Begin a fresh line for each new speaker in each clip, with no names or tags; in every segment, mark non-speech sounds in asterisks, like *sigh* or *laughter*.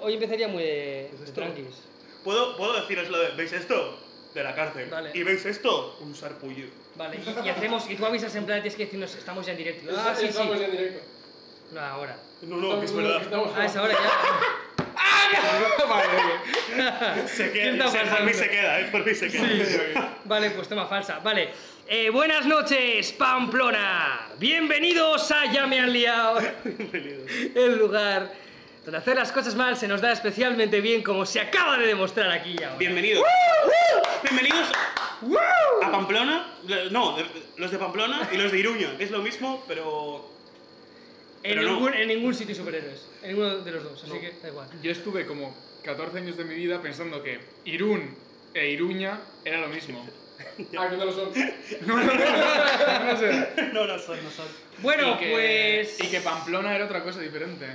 hoy empezaría muy de,
¿Es
de
esto?
tranquis.
¿Puedo, puedo deciros lo de, ¿veis esto? De la cárcel.
Vale.
¿Y veis esto? Un sarpullido.
Vale, y, y hacemos, y tú avisas en plan, tienes que decirnos, estamos ya en directo. Ah,
Es-
sí, sí.
Estamos en directo.
No, ahora.
No, no, Oh, que es verdad.
Estamos-
Ah, es ahora ya.
*laughs*
Se
¿Qué está
queda, se- por
pasando?
mí se queda, eh, por mí se queda.
*laughs* Vale, pues toma falsa. Vale. Eh, buenas noches, Pamplona. Bienvenidos a Ya me han liado. *laughs* El lugar donde hacer las cosas mal se nos da especialmente bien, como se acaba de demostrar aquí ya. ahora.
*laughs* Bienvenidos. Bienvenidos a Pamplona. Le- No, de- los de Pamplona y los de Iruña, que es lo mismo, pero. *laughs*
En
Pero no.
ningún, en ningún sitio hay superhéroes. En ninguno de los dos, así que da igual.
Yo estuve como 14 años de mi vida pensando que Irún e Iruña era lo mismo.
Ah, que no lo son.
*laughs* No, no, no, no, no sé.
No, no son, no son.
Bueno,
Y que-
pues.
Y que Pamplona era otra cosa diferente.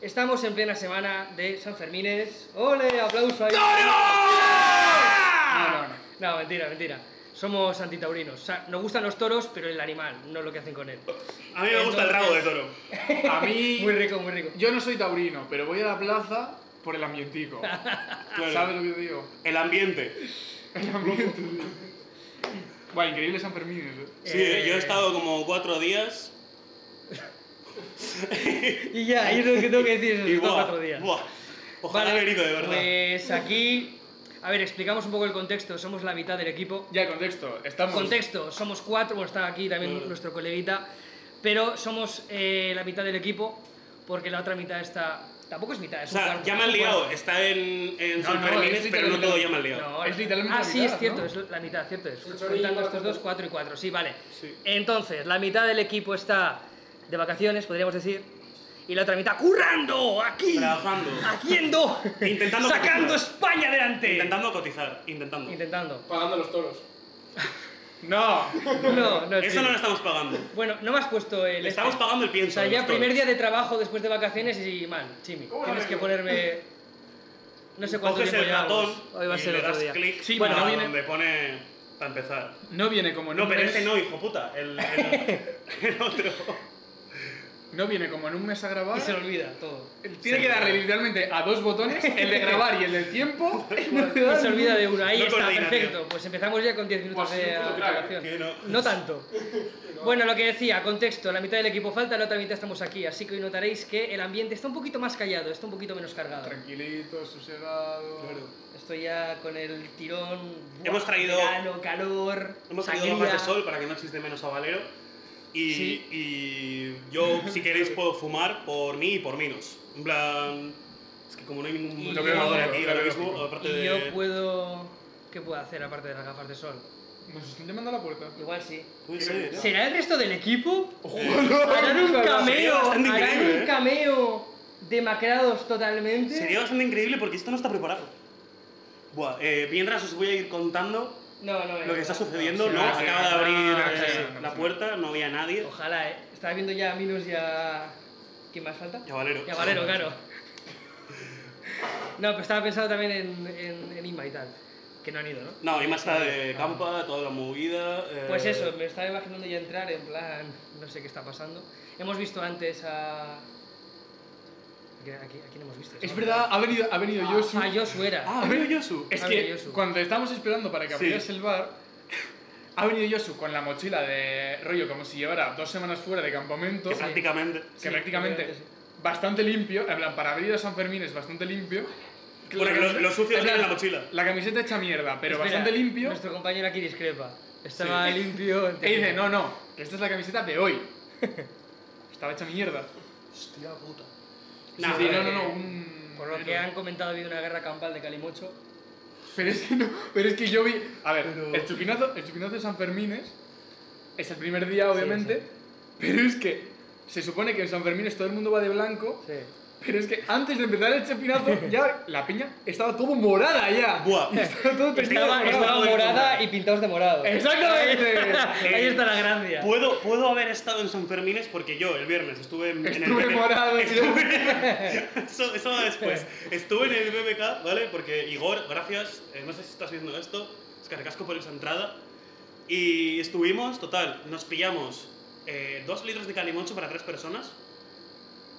Estamos en plena semana de San Fermines. ¡Ole! ¡Aplauso ahí!
No,
Ah.
no, no.
No, mentira, mentira. Somos antitaurinos. O sea, nos gustan los toros, pero el animal, no lo que hacen con él.
A mí me gusta el rabo de toro.
A mí.
*laughs* Muy rico, muy rico.
Yo no soy taurino, pero voy a la plaza por el
*laughs*
ambientico.
Claro.
¿Sabes lo que te digo?
El ambiente.
El ambiente. Buah, increíble San Fermín. ¿eh?
Sí,
Eh.
yo he estado como cuatro días.
Y ya, y es lo que tengo que decir
Y
esos dos
buah,
cuatro días.
buah. Ojalá
Vale,
he venido, de verdad.
Pues aquí. A ver, explicamos un poco el contexto. Somos la mitad del equipo.
Ya, contexto. Estamos.
Contexto, somos cuatro, bueno, está aquí también
Claro.
nuestro coleguita, pero somos eh, la mitad del equipo porque la otra mitad está... Tampoco es mitad,
O
es un
sea,
cuarto,
ya me han
un
liado.
cuarto.
Está en, en
No,
San
no,
Fermín,
es
pero no
literalmente-
todo ya me han liado.
No,
Es literalmente
Ah,
la
sí,
mitad,
es cierto,
¿no?
es la mitad, cierto. Es,
Un chorrillo,
contando estos dos,
cuatro.
cuatro y cuatro, sí, vale.
Sí.
Entonces, la mitad del equipo está de vacaciones, podríamos decir, y la otra mitad currando, aquí,
Trabajando.
Ah. haciendo,
*laughs* Intentando
sacando
cotizar.
España adelante.
Intentando cotizar, intentando.
Intentando.
Pagando los toros.
No.
No, no,
Eso
sí.
no lo estamos pagando.
Bueno, no me has puesto el... este.
Le estamos pagando el
O
pienso.
sea, ya
los toros.
primer día de trabajo después de vacaciones y mal, Chimi.
Hola,
Tienes que
amigo.
ponerme. No sé cuánto
Coges
tiempo
el
llevamos.
ratón
Hoy va a
y
ser
le
otro
das
día.
clic
Sí,
a
pero no viene-
donde pone para empezar.
No viene como en
No,
un
pero
mes.
este no, hijo puta. El, el,
*laughs*
el otro.
No viene como en un mes a grabar.
Y se le olvida todo.
Tiene que darle literalmente a dos botones, el de grabar y el del
*laughs*
tiempo. No te da
Y se olvida de uno. Ahí
No
está,
coordina,
perfecto. Pues empezamos ya con 10 minutos
Pues sí,
de
un puto crack,
grabación.
que no. *laughs*
tanto. Bueno, lo que decía, contexto. La mitad del equipo falta, la otra mitad estamos aquí. Así que hoy notaréis que el ambiente está un poquito más callado, está un poquito menos cargado.
Tranquilito, sosegado.
Estoy ya con el tirón. buah,
Hemos traído-
verano, calor.
Hemos
sangría.
traído hojas de sol para que no existe menos sabalero. Y,
Sí.
y yo, si
*laughs*
queréis, puedo fumar por mí y por menos. En plan. Es que como no hay
Y
ningún
yo-
fumador aquí
Lo
ahora
veo
mismo,
lógico.
aparte
Y
de.
yo puedo. ¿Qué puedo hacer aparte de las gafas de sol?
Nos están llamando a la puerta.
Igual sí.
Uy, sí, ya.
¿Será el resto del equipo?
Ahora
¿Harán un
nunca lo-
cameo?
bastante
¿Harán
increíble,
un
¿eh?
cameo demacrados totalmente?
Sería bastante increíble porque esto no está preparado. Buah, eh, mientras os voy a ir contando
No, no,
lo que está sucediendo,
sí,
¿no?
va, sí,
Acaba de
va.
abrir
Ah,
eh,
sí, sí,
la
sí.
puerta, no había nadie.
Ojalá, eh. Estaba viendo ya a Minos y a. ¿Quién más falta?
Ya Valero.
Ya Valero, claro. No, pero estaba pensando también en, en, en Inma y tal. Que no han ido, ¿no?
No, y más está de campa, toda la movida. eh,
Pues eso, me estaba imaginando ya entrar en plan, no sé qué está pasando. Hemos visto antes a... ¿A quién, a quién- a quién hemos visto?
Es verdad, ha venido, ha venido Josu.
A Josu era.
Ah, vino Yosu.
Es
ha
que
venido Josu.
cuando estábamos esperando para que
Sí.
abrieras el bar, ha venido Josu con la mochila de rollo como si llevara dos semanas fuera de campamento,
Que
que
prácticamente.
Sí,
prácticamente
obviamente
bastante limpio, en plan, para abrir a San Fermín es bastante limpio.
Bueno, que lo, lo sucio
En
está en
plan,
la mochila.
La camiseta hecha mierda, pero
Espera,
bastante limpio.
Nuestro compañero aquí discrepa. Estaba
*laughs*
limpio.
Y dice, no, no, que esta es la camiseta
*laughs*
de hoy. Estaba hecha mierda.
Hostia puta.
Sí,
Nah,
sí,
eh,
no, no, no, un...
Por lo que han comentado, ha habido una guerra campal de Calimocho.
Pero es que no, pero es que yo vi. A ver,
Pero-
el, chupinazo, el chupinazo de San Fermín es, es el primer día, obviamente.
sí.
Pero es que se supone que en San Fermín todo el mundo va de blanco.
Sí.
Pero es que antes de empezar
*laughs*
el chupinazo, ya la piña estaba todo morada ya.
Buah.
Y Estaba *laughs* todo teñido
Estaba,
estaba
de
estaba
morado.
muy
morada
limpio.
y pintados de morado. *laughs*
Exactamente. Pues,
Ahí está la gracia.
Puedo, puedo haber estado en San Fermines porque yo el viernes estuve en, en el
Estuve
BBK.
morado, tío.
Estuve- *laughs* eso, eso va después. Estuve en el BBK, ¿vale? Porque Igor, gracias, eh, no sé si estás viendo esto, es que recasco por esa entrada. Y estuvimos, total, nos pillamos eh, dos litros de calimocho para tres personas,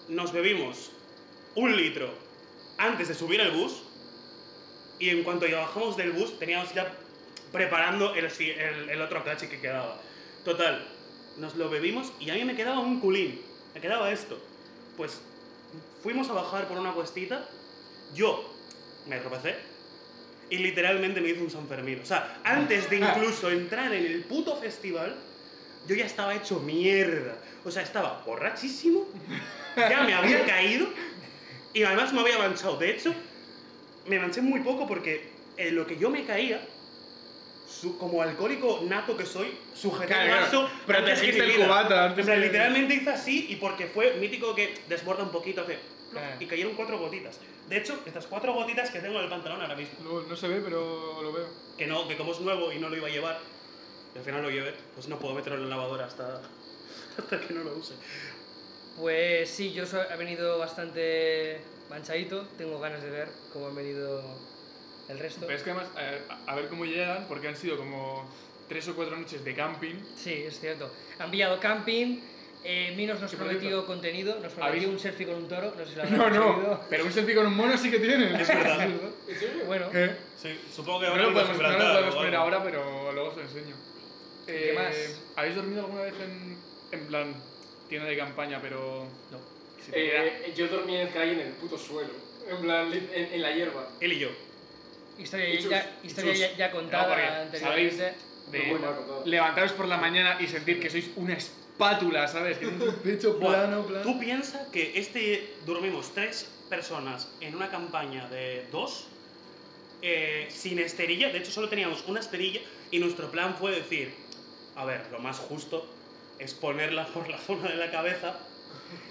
nos bebimos un litro antes de subir al bus. Y en cuanto ya bajamos del bus, teníamos ya preparando el, si- el- el otro cache que quedaba. Total, nos lo bebimos y a mí me quedaba un culín. Me quedaba esto. Pues fuimos a bajar por una cuestita. Yo me tropecé y literalmente me hizo un Sanfermín. O sea, antes
*laughs*
de incluso entrar en el puto festival, yo ya estaba hecho mierda. O sea, estaba borrachísimo, ya me
*laughs*
había caído y además me había manchado. De hecho, me manché muy poco porque en lo que yo me caía, su- como alcohólico nato que soy, sujeté
Claro,
el
claro.
vaso.
Protegiste
antes que mi
el
vida.
cubata antes
En plan,
que-
Literalmente hice así y porque fue mítico que desborda un poquito, hace. plof,
Ah.
Y cayeron cuatro gotitas. De hecho, estas cuatro gotitas que tengo en el pantalón ahora mismo
No, no se ve, pero lo veo.
que no, que como es nuevo y no lo iba a llevar, y al final lo llevé, pues no puedo meterlo en la lavadora hasta, *laughs* hasta que no lo use.
Pues sí, yo so- he venido bastante manchadito. Tengo ganas de ver cómo han venido el resto.
Pero es que además, eh, a, a ver cómo llegan, porque han sido como tres o cuatro noches de camping.
Sí, es cierto. Han pillado camping. eh, Minos nos
Qué
prometió
bonito.
contenido. Nos prometió
¿Habéis-
un selfie con un toro. No sé si lo habrá
No, no,
conseguido.
pero un selfie con un mono sí que tienen.
Es verdad.
¿En serio?
Bueno,
Eh,
Sí, supongo que
No
ahora
lo
mismo
podemos, no lo
Gibraltar
podemos
o
poner
algo.
ahora, pero luego os lo enseño.
¿Qué
Eh,
más?
¿Habéis dormido alguna vez en, en plan tienda de campaña, pero no? Si te queda-
Eh, yo dormí en el calle en el puto suelo. En plan, li- en, en la hierba.
Él y yo.
historia,
y
ya-
chus,
ya,
y
historia
chus.
ya, ya contada
porque,
anteriormente.
de
Muy mal contado.
levantaros por la mañana y sentir que sois una espátula, ¿sabes? Que tenéis un pecho
Buah,
plano, plano.
Tú piensas que este dormimos tres personas en una campaña de dos, eh, sin esterilla, de hecho solo teníamos una esterilla, y nuestro plan fue decir, a ver, lo más justo es ponerla por la zona de la cabeza,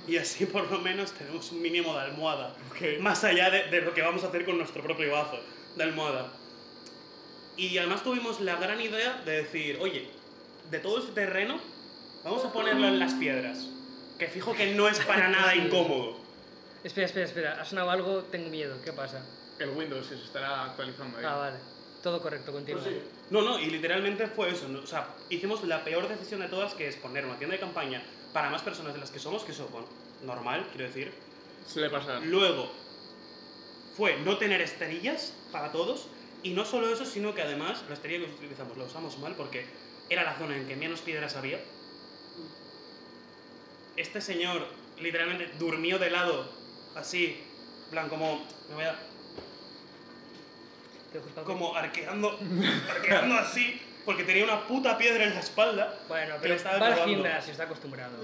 y así por lo menos tenemos un mínimo de almohada.
Ok.
más allá de, de lo que vamos a hacer con nuestro propio bazo de almohada. Y además tuvimos la gran idea de decir, oye, de todo este terreno, vamos a ponerlo en las piedras. Que fijo que no es para nada incómodo.
Espera, espera, espera. Ha sonado algo, tengo miedo. ¿Qué pasa?
El Windows se estará actualizando ahí.
Ah, vale. Todo correcto, continúa.
Pues sí.
No, no, y literalmente fue eso. ¿no? O sea, hicimos la peor decisión de todas, que es poner una tienda de campaña para más personas de las que somos, que eso, bueno, normal, quiero decir.
Suele pasar.
Luego fue no tener esterillas para todos y no solo eso, sino que además la esterilla que utilizamos la usamos mal porque era la zona en que menos piedras había. Este señor literalmente durmió de lado, así, en plan como, me voy a-
Te dejo espacio.
como arqueando, arqueando así, porque tenía una puta piedra en la espalda.
Bueno,
que le
pero
estaba
va al
probando.
gimnasio, está acostumbrado.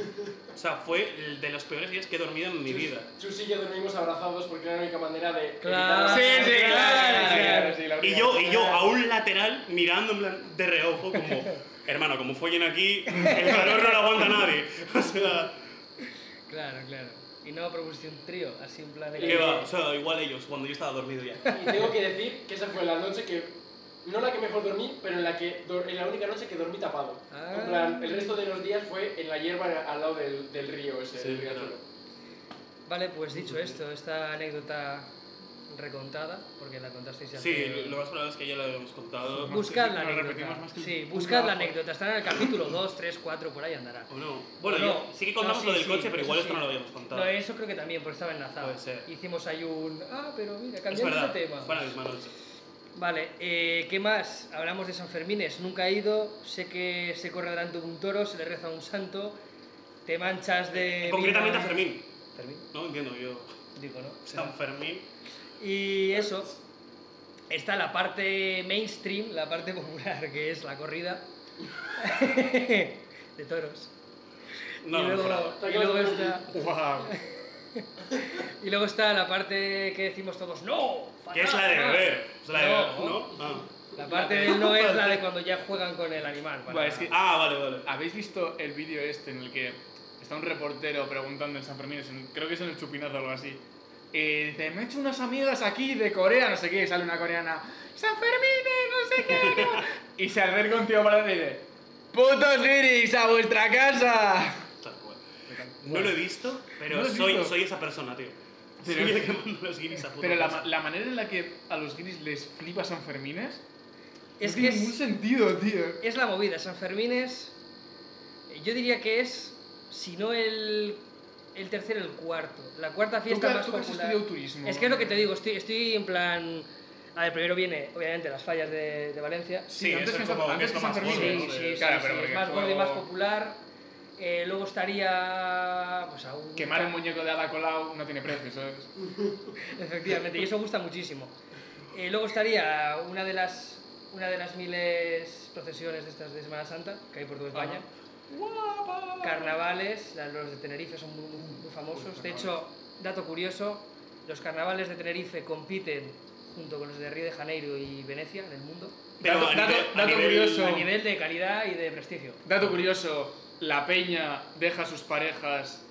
O sea, fue el de los peores días que he dormido en mi
Chus-
vida.
Chus y yo dormimos abrazados porque era la única manera de.
Claro.
Ah, Sí,
evitar-
sí, claro, claro, claro, sí, la
Y
única-
yo, y yo a un lateral mirando en plan de reojo como, hermano, como follen aquí, el calor no lo aguanta nadie. *laughs* O sea,
Claro, claro. Y no propusiste un trío, así en plan de...
que va, o sea, igual ellos, cuando yo estaba dormido ya.
Y tengo que decir que esa fue la noche que. No la que mejor dormí, pero en la, que, dor- en la única noche que dormí tapado.
Ah.
En plan, el resto de los días fue en la hierba al lado del, del río ese,
Sí,
del riachuelo.
Vale, pues dicho esto, esta anécdota recontada, porque la contasteis ya
Sí,
hace-
lo más probable es que ya lo habíamos contado.
Bu-
Buscad la
Nos
anécdota.
repetimos más que
Sí,
un
buscad la
trabajo.
anécdota. Está en el capítulo 2, 3, 4, por ahí andará.
¿O no? Bueno,
No,
yo- sí que
no,
contamos
sí,
lo del
sí,
coche, pero igual
eso sí.
esto no eh, lo habíamos contado.
No, eso creo que también, porque estaba enlazado.
Puede ser.
Hicimos ahí un... Ah, pero mira,
es
cambiamos de
verdad,
tema.
fue la misma noche.
Vale, eh, ¿qué más? Hablamos de San Fermines. Nunca he ido. Sé que se corre delante de un toro, se le reza a un santo. Te manchas de...
Eh, Concretamente a
vino-
Fermín,
Fermín,
no entiendo *laughs* yo.
digo, ¿no?
San Fermín.
Y eso, está la parte mainstream, la parte popular, que es la corrida *laughs* de toros.
No,
y,
no,
luego,
no.
y luego está,
Guau.
y luego está la parte que decimos todos, ¡no!
Que es la de
fatal,
beber. Es la de
No.
beber, ¿no? Ah.
La parte del no es la de cuando ya juegan con el animal. para-
Buah, es que-
Ah, vale, vale.
¿Habéis visto el vídeo este en el que está un reportero preguntando en San Fermín, es en- creo que es en el Chupinazo o algo así? Eh, dice, me he hecho unas amigas aquí de Corea, no sé qué, y sale una coreana, San Fermín, eh, no sé qué. *laughs* no". y se acerca un tío para atrás y dice, putos guiris, a vuestra casa.
Tal cual. No lo he visto, pero
No lo has
soy,
visto.
soy esa persona, tío.
Pero-
soy el que manda los guiris a puto
Pero la,
casa.
ma- la manera en la que a los guiris les flipa San Fermines
Es
no
que
tiene
es-
ningún sentido, tío.
Es la eh, movida, San Fermín es. Yo diría que es, si no el el tercero y el cuarto. La cuarta
¿Tú,
fiesta
qué-
más
tú que has
popular.
estudiado turismo?
Es que es lo que te digo, estoy, estoy en plan. A ver, primero viene, obviamente, las fallas de, de Valencia.
Sí,
antes
eso
que
es
San-
como
antes
que es
que
lo
San
más
Sí,
Fermín.
gordo,
sí,
¿no?
sí,
De-
sí,
eh, Claro,
sí,
pero
es
porque
más gordo y
luego-
más popular. Eh, luego estaría. Pues aún.
Quemar un muñeco de Ada Colau no tiene precio, ¿sabes?
Efectivamente, y eso gusta muchísimo. Eh, luego estaría una de las una de las miles procesiones de estas de Semana Santa que hay por toda España. Carnavales, la- los de Tenerife son muy, muy- muy famosos. De hecho, dato curioso, los carnavales de Tenerife compiten junto con los de Río de Janeiro y Venecia en el mundo
Pero
Dato-
a
dato-
nivel- a
dato
nivel-
curioso.
a nivel de calidad y de prestigio.
Dato curioso, la peña deja a sus parejas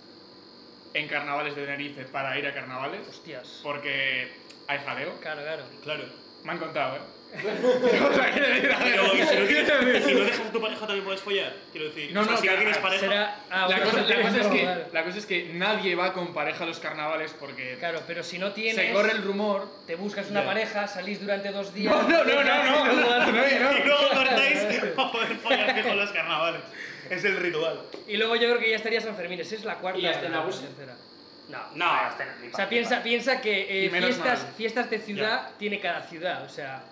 en carnavales de Tenerife para ir a carnavales
Hostias.
porque hay jaleo.
Claro, claro.
*laughs*
Claro.
Me han
*laughs*
contado, ¿eh? O sea, quiero decir, a ver,
Pero ¿y si no,
quiero
tienes,
decir-
si no dejas a tu pareja también puedes follar. Quiero decir,
No,
o sea,
no,
si no
claro,
tienes pareja.
Será ah,
la
bueno,
cosa,
*laughs*
la cosa es
no,
que,
claro.
la cosa es que nadie va con pareja a los carnavales porque
Claro, pero si no tienes
se corre el rumor.
te buscas una
Ya.
pareja, salís durante dos días.
No,
*laughs*
no, no, no, no, no, no,
*laughs* Y
no. *laughs*
luego cortáis *laughs* para poder follar fijo en los carnavales. Es el ritual.
Y luego yo creo que ya estaría San Fermín, esa es la cuarta.
¿Y hasta en
la
Agosto?
tercera. No.
No, este no, ni
O
pa-
sea,
ni
piensa,
pa-
piensa que eh,
Y menos
fiestas,
mal.
fiestas de ciudad tiene cada ciudad. O sea,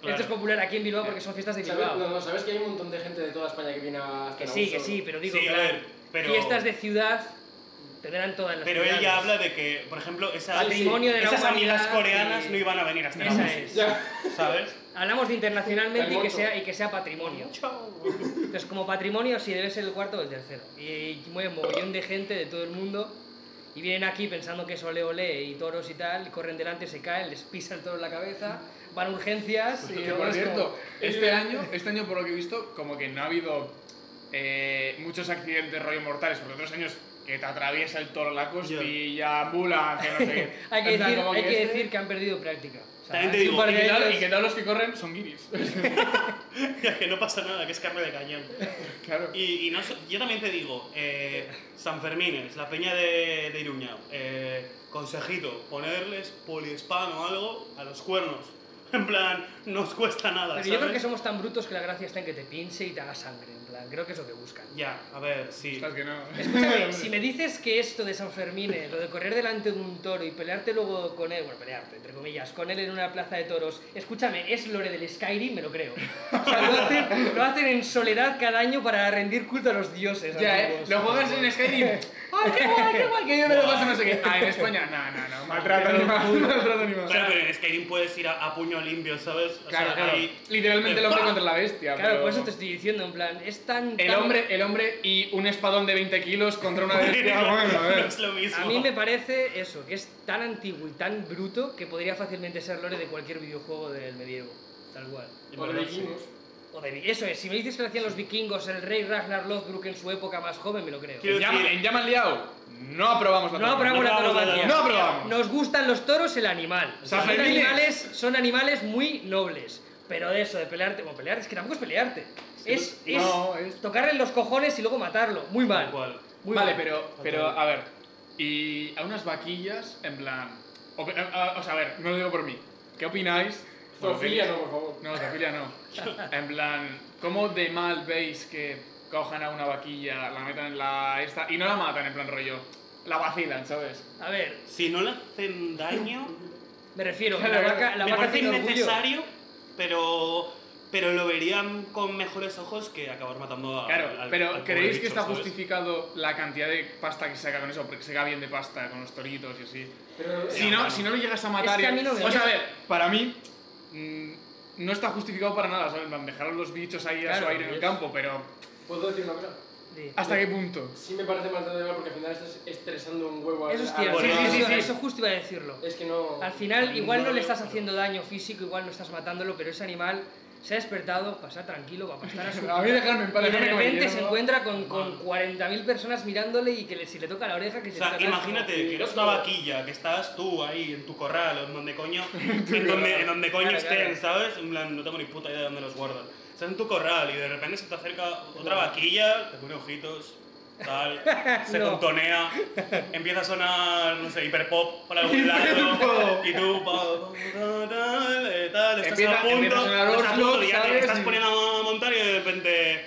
Claro.
esto es popular aquí en Bilbao porque son fiestas de
¿Sabes?
Bilbao.
No, no, sabes que hay un montón de gente de toda España que viene a
que sí, que sí, pero digo,
Sí, a
en plan,
ver, pero-
fiestas de ciudad tendrán todas las
Pero ella
ciudades.
habla de que, por ejemplo, esa,
Patrimonio de la
esas amigas
humanidad
coreanas
y-
no iban a venir hasta
Esa
la
es.
Ya.
¿Sabes?
Hablamos de internacionalmente
Al
y que,
mocho.
sea, y que sea patrimonio. Entonces, como patrimonio, sí debe ser el cuarto o el tercero. Y mueve un mogollón de gente de todo el mundo. Y vienen aquí pensando que es ole ole y toros y tal. Y corren delante, se caen, les pisa el toro en la cabeza. Van a urgencias. Y
Pues Que
luego
por
es como-
cierto, este año, este año por lo que he visto, como que no ha habido eh, muchos accidentes rollo mortales, porque otros años que te atraviesa el toro en la costilla, ambulancia, no sé
*laughs*
qué.
hay que,
En plan,
decir,
como
hay que
este-
decir que han perdido práctica. O sea,
También te
hay un
digo,
par
Y
de
que, tal,
ellos-
y que tal los que corren son guiris. *laughs*
que no pasa nada, que *laughs* es carne de cañón.
claro.
Y, y no, so- yo también te digo, eh, San Fermín, la peña de, de Iruña, eh, consejito, ponerles poliespan o algo a los cuernos. *laughs* En plan, no os cuesta nada,
Pero
¿sabes?
yo creo que somos tan brutos que la gracia está en que te pinche y te haga sangre. En plan, creo que es lo que buscan.
Ya, a ver, sí.
Estás que no. *laughs*
Escúchame, si me dices que esto de San Fermín, eh, lo de correr delante de un toro y pelearte luego con él, bueno, pelearte, entre comillas, con él en una plaza de toros, escúchame, es lore del Skyrim, me lo creo. O sea, lo hacen, lo hacen en soledad cada año para rendir culto a los dioses.
Ya, eh.
antiguos.
Lo juegas
*laughs*
en Skyrim. ¡Ah, qué guay, qué guay! Que yo me lo paso no sé qué. Ah, en España, no, no, no. Maltrato animal. *laughs* Maltrato animal.
Claro, pero en Skyrim puedes ir a, a puño limpio, ¿sabes? O
Claro,
sea,
claro.
ahí-
*laughs*
Literalmente el hombre contra la bestia.
Claro,
pero-
por eso te estoy diciendo, en plan, es tan...
El
tan-
hombre, el hombre y un espadón de 20 kilos contra una
*laughs*
bestia. bueno, a
no
ver.
es lo mismo.
A mí me parece eso, que es tan antiguo y tan bruto que podría fácilmente ser lore de cualquier videojuego del medievo, tal cual.
O de vikingos.
O de vi- Eso es, si me dices que lo hacían los vikingos, el rey Ragnar Lothbrok en su época más joven, me lo creo.
Quiero
En llama,
decir-
en llama liao, no aprobamos la
No aprobamos la
No
torre.
aprobamos la
tauromaquia.
No aprobamos.
Nos gustan los toros, el animal. Son
Sanfermines.
animales, son animales muy nobles. Pero de eso, de pelearte, bueno, pelear es que tampoco es pelearte. Es, es
no, es-
tocarle los cojones y luego matarlo. Muy
Tal
mal.
cual.
Muy
vale,
mal.
pero, pero a ver. Y a unas vaquillas, en plan. O, a- a- o sea, a ver, no lo digo por mí. ¿Qué opináis?
Zoofilia no, por favor.
No, zoofilia no. *laughs* En plan, ¿cómo de mal veis que cojan a una vaquilla, la metan en la. esta y no la matan, en plan rollo? La vacilan, ¿sabes?
A ver,
Si no le hacen daño,
me
*laughs*
refiero,
Claro,
la
claro.
vaca, la
me
vaca
parece
tiene orgullo.
innecesario, pero, pero lo verían con mejores ojos que acabar matando a.
Claro,
al- al
pero
pobre
¿creéis
bicho,
que está
¿sabes?
justificado la cantidad de pasta que se saca con eso? Porque se saca bien de pasta con los toritos y así.
Pero, eh,
Si no, si no lo llegas a matar.
Es que
y-
a mí no me
o sea, a
llega.
ver, para mí. mm, no está justificado para nada, ¿sabes? En plan, Dejar a los bichos ahí a su
Claro,
aire en el
es-
campo, pero.
¿Puedo decir una cosa?
Sí.
¿Hasta qué punto?
Sí me parece mal animal porque al final estás estresando un huevo al-
Eso es
al-
cierto,
Sí,
eso-
sí, sí,
eso-
sí.
eso justo iba a decirlo.
Es que no...
Al final, igual
No
no
lo
le
veo,
estás
pero-
haciendo daño físico, igual no estás matándolo, pero ese animal se ha despertado, pasa tranquilo, va a pasar a su
*laughs* A mí dejarme en paz,
Y de
dejarme que me
repente
lleno,
se
¿no?
encuentra con, con 40.000 personas mirándole y que le- si le toca la oreja que
O
se
sea,
toca
imagínate que eres una vaquilla, que estás tú ahí en tu corral o en donde
*laughs*
coño, en donde, en donde coño
Claro,
estén,
claro.
¿sabes? En plan, no tengo ni puta idea de dónde los guardan. Estás en tu corral y de repente se te acerca otra vaquilla, te pone ojitos,
*laughs*
tal, se
No.
contonea, empieza a sonar, no sé, hiperpop por algún lado,
Hiperpop.
y tú, pa, pa, pa, tal, eh, tal, estás
Empieza-
a punto,
empieza a sonar
estás a punto,
Oslo,
ya te
¿sabes?
estás poniendo a montar y de repente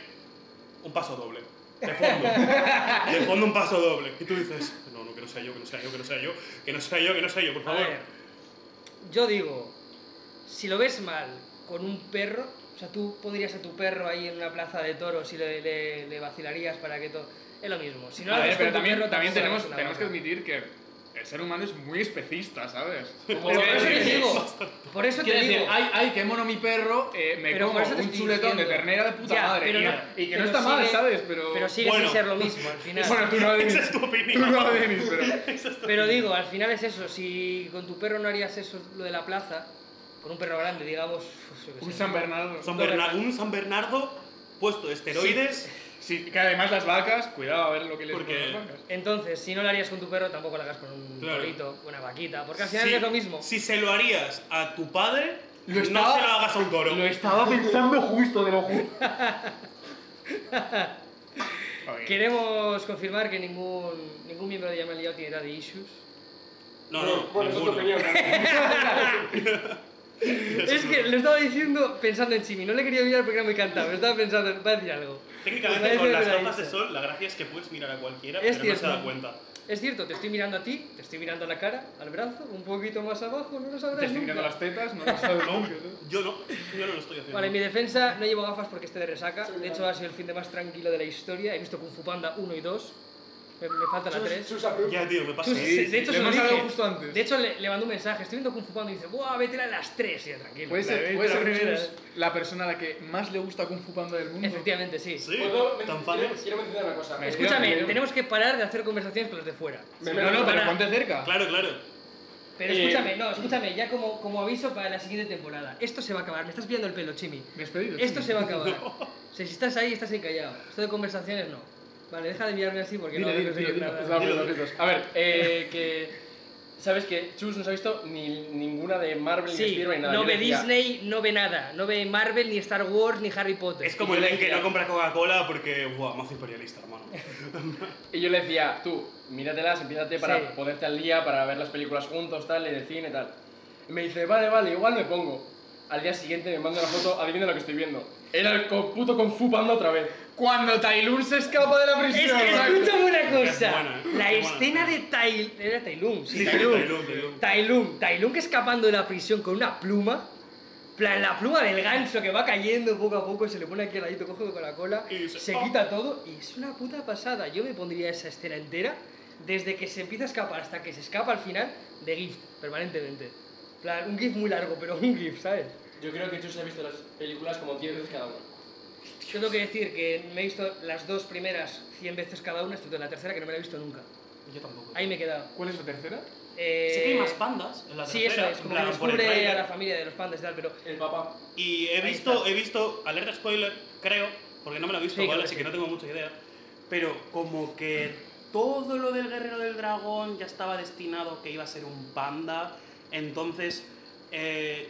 *laughs*
un paso doble. De fondo. De fondo un paso doble. Y tú dices, no, no creo no sea yo, que no sea yo, que no sea yo, que no sea yo, que no sea yo, por
A
favor.
ver, yo digo, si lo ves mal con un perro, o sea, tú podrías a tu perro ahí en una plaza de toros y le, le- le vacilarías para que todo. Es lo mismo. Si no lo
A ver,
haces
pero
con tu
también,
perro,
también
tampoco
tenemos,
haces una
tenemos que
broma.
admitir que el ser humano es muy especista, ¿sabes?
Como-
Por eso te
Es- *laughs*
digo, por eso te
Quiero decir,
digo.
ay, ay, qué mono mi perro, eh, me
Pero
como
por eso te
un
estoy
chuletón de
diciendo.
ternera de puta
Ya,
madre.
pero
y,
no-
y que
pero
no está mal,
sigue-
¿sabes? Pero, *laughs*
Pero sigue
Bueno.
sin ser lo mismo al final.
Bueno, tú no,
*laughs*
Denis.
*laughs* Esa es tu
Tú
opinión.
no, Denis, pero...
Pero digo, al final es eso. Si con tu perro no harías eso, lo de la plaza, con un perro grande, digamos. pues, yo qué
Un
sé.
San Bernardo.
San Berna- un San Bernardo puesto de esteroides.
Sí, que además las vacas, cuidado a ver lo que les
Porque-
ponen las vacas.
Entonces, si no lo harías con tu perro, tampoco lo hagas con un
Claro.
perrito, una vaquita, porque al final
Si-
es lo mismo.
Si se lo harías a tu padre,
Lo
no
estaba-
se lo hagas a un toro.
estaba pensando justo, de lo justo.
Queremos confirmar que ningún, ningún miembro de Yamal Liao tiene daddy issues.
No, no,
Bueno, eso es tu
ninguno.
opinión. ¿no?
Es que lo estaba diciendo pensando en Chimi, no le quería mirar porque era muy cantado, pero estaba pensando, va a decir algo.
Técnicamente
Pues
con
nadie
las
me lo ha
gafas de
dicho.
sol, la gracia es que puedes mirar a cualquiera,
Es
pero no se
cierto.
da cuenta.
Es cierto, te estoy mirando a ti, te estoy mirando a la cara, al brazo, un poquito más abajo, no lo sabrás
Te estoy
nunca.
mirando las tetas, no lo sabes
No,
nunca.
yo no, yo no lo estoy haciendo.
Vale, en mi defensa no llevo gafas porque esté de resaca.
Sí,
De hecho,
claro.
ha sido el fin de más tranquilo de la historia. He visto Kung Fu Panda 1 y 2. Me, me falta *laughs* la 3.
Sus approves.
Ya, tío, me pasa.
*laughs* Tú sí. de hecho,
le
se lo
hemos hablado
dije.
justo antes.
De hecho, le, le mandó un mensaje. Estoy viendo Kung Fu Panda y dice, ¡buah, vete a las 3! Y yo, tranquilo.
Puede
la
ser,
vi,
puede
la
ser
primera.
Jesús la persona a la que más le gusta Kung Fu Panda del mundo.
Efectivamente, sí.
Sí,
¿Puedo men-
tan
quiero,
fácil.
quiero mencionar una cosa.
Me-
Es-
Escúchame,
Efectivamente.
tenemos que parar de hacer conversaciones con los de fuera.
me-
No, no,
me-
pero ponte cerca.
Claro, claro.
Pero
Eh,
escúchame, no, escúchame, ya como, como aviso para la siguiente temporada. Esto se va a acabar, me estás pillando el pelo, Chimi.
Despedido.
Esto
sí.
se va a
*laughs*
acabar. O sea, si estás ahí, estás ahí callado. Esto de conversaciones no. Vale, deja de mirarme así porque
Dile,
no,
dile,
no sé
dile,
qué
dile.
nada.
Está bueno,
Dilo.
Ritos.
Pues A ver, eh, que. Sabes que Chus no se ha visto ni ninguna de Marvel ni
Sí,
Spider-Man ni nada.
no
Yo
ve
decía,
Disney, no ve nada. No ve Marvel, ni Star Wars, ni Harry Potter.
Es como
yo
el
le
men que
decía-
no compra Coca-Cola porque, guau, más imperialista, hermano.
Y yo le decía, tú, míratelas, empiézate para
Sí.
ponerte al día, para ver las películas juntos, tal, en el cine, tal. Y me dice, vale, vale, igual me pongo. Al día siguiente me manda la foto, adivina lo que estoy viendo. Era el co- puto Kung Fu Panda otra vez.
Cuando Tailun se escapa de la
Es
prisión.
que escúchame una cosa.
buena, ¿eh?
la
Qué buena.
escena de Tai... Era Tailum, sí,
Sí,
Tailum.
Tailum, Tailum.
Tailum. Tailum que escapando de la prisión con una pluma. plan, la pluma del ganso que va cayendo poco a poco, se le pone aquí al ladito, coge con la cola,
Y dice,
se
"Ah".
quita todo y es una puta pasada. Yo me pondría esa escena entera, desde que se empieza a escapar hasta que se escapa al final, de GIF, permanentemente. plan, un GIF muy largo, pero un GIF, ¿sabes?
Yo creo que Chus ha visto las películas como 10 veces cada una.
Yo tengo que decir que me he visto las dos primeras 100 veces cada una, excepto la tercera que no me la he visto nunca.
Yo tampoco.
Ahí me he quedado.
¿Cuál es la tercera?
Eh,
Sé que hay más pandas en la
Sí, eso
tercera,
es,
en
como que
plan, por el
descubre a
tráiler.
la familia de los pandas y tal, pero
El papá.
Y he
Ahí
visto,
está.
he visto, alerta spoiler, creo, porque no me lo he visto,
Sí, creo
¿vale?
que
Así
sí.
que no tengo mucha idea. Pero como que todo lo del guerrero del dragón ya estaba destinado que iba a ser un panda, entonces eh,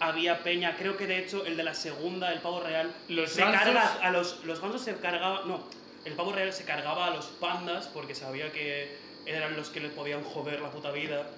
había peña. Creo que de hecho el de la segunda, el pavo real,
Los
se
gansos.
carga a los, los gansos se cargaban, no, el pavo real se cargaba a los pandas porque sabía que eran los que les podían joder la puta vida.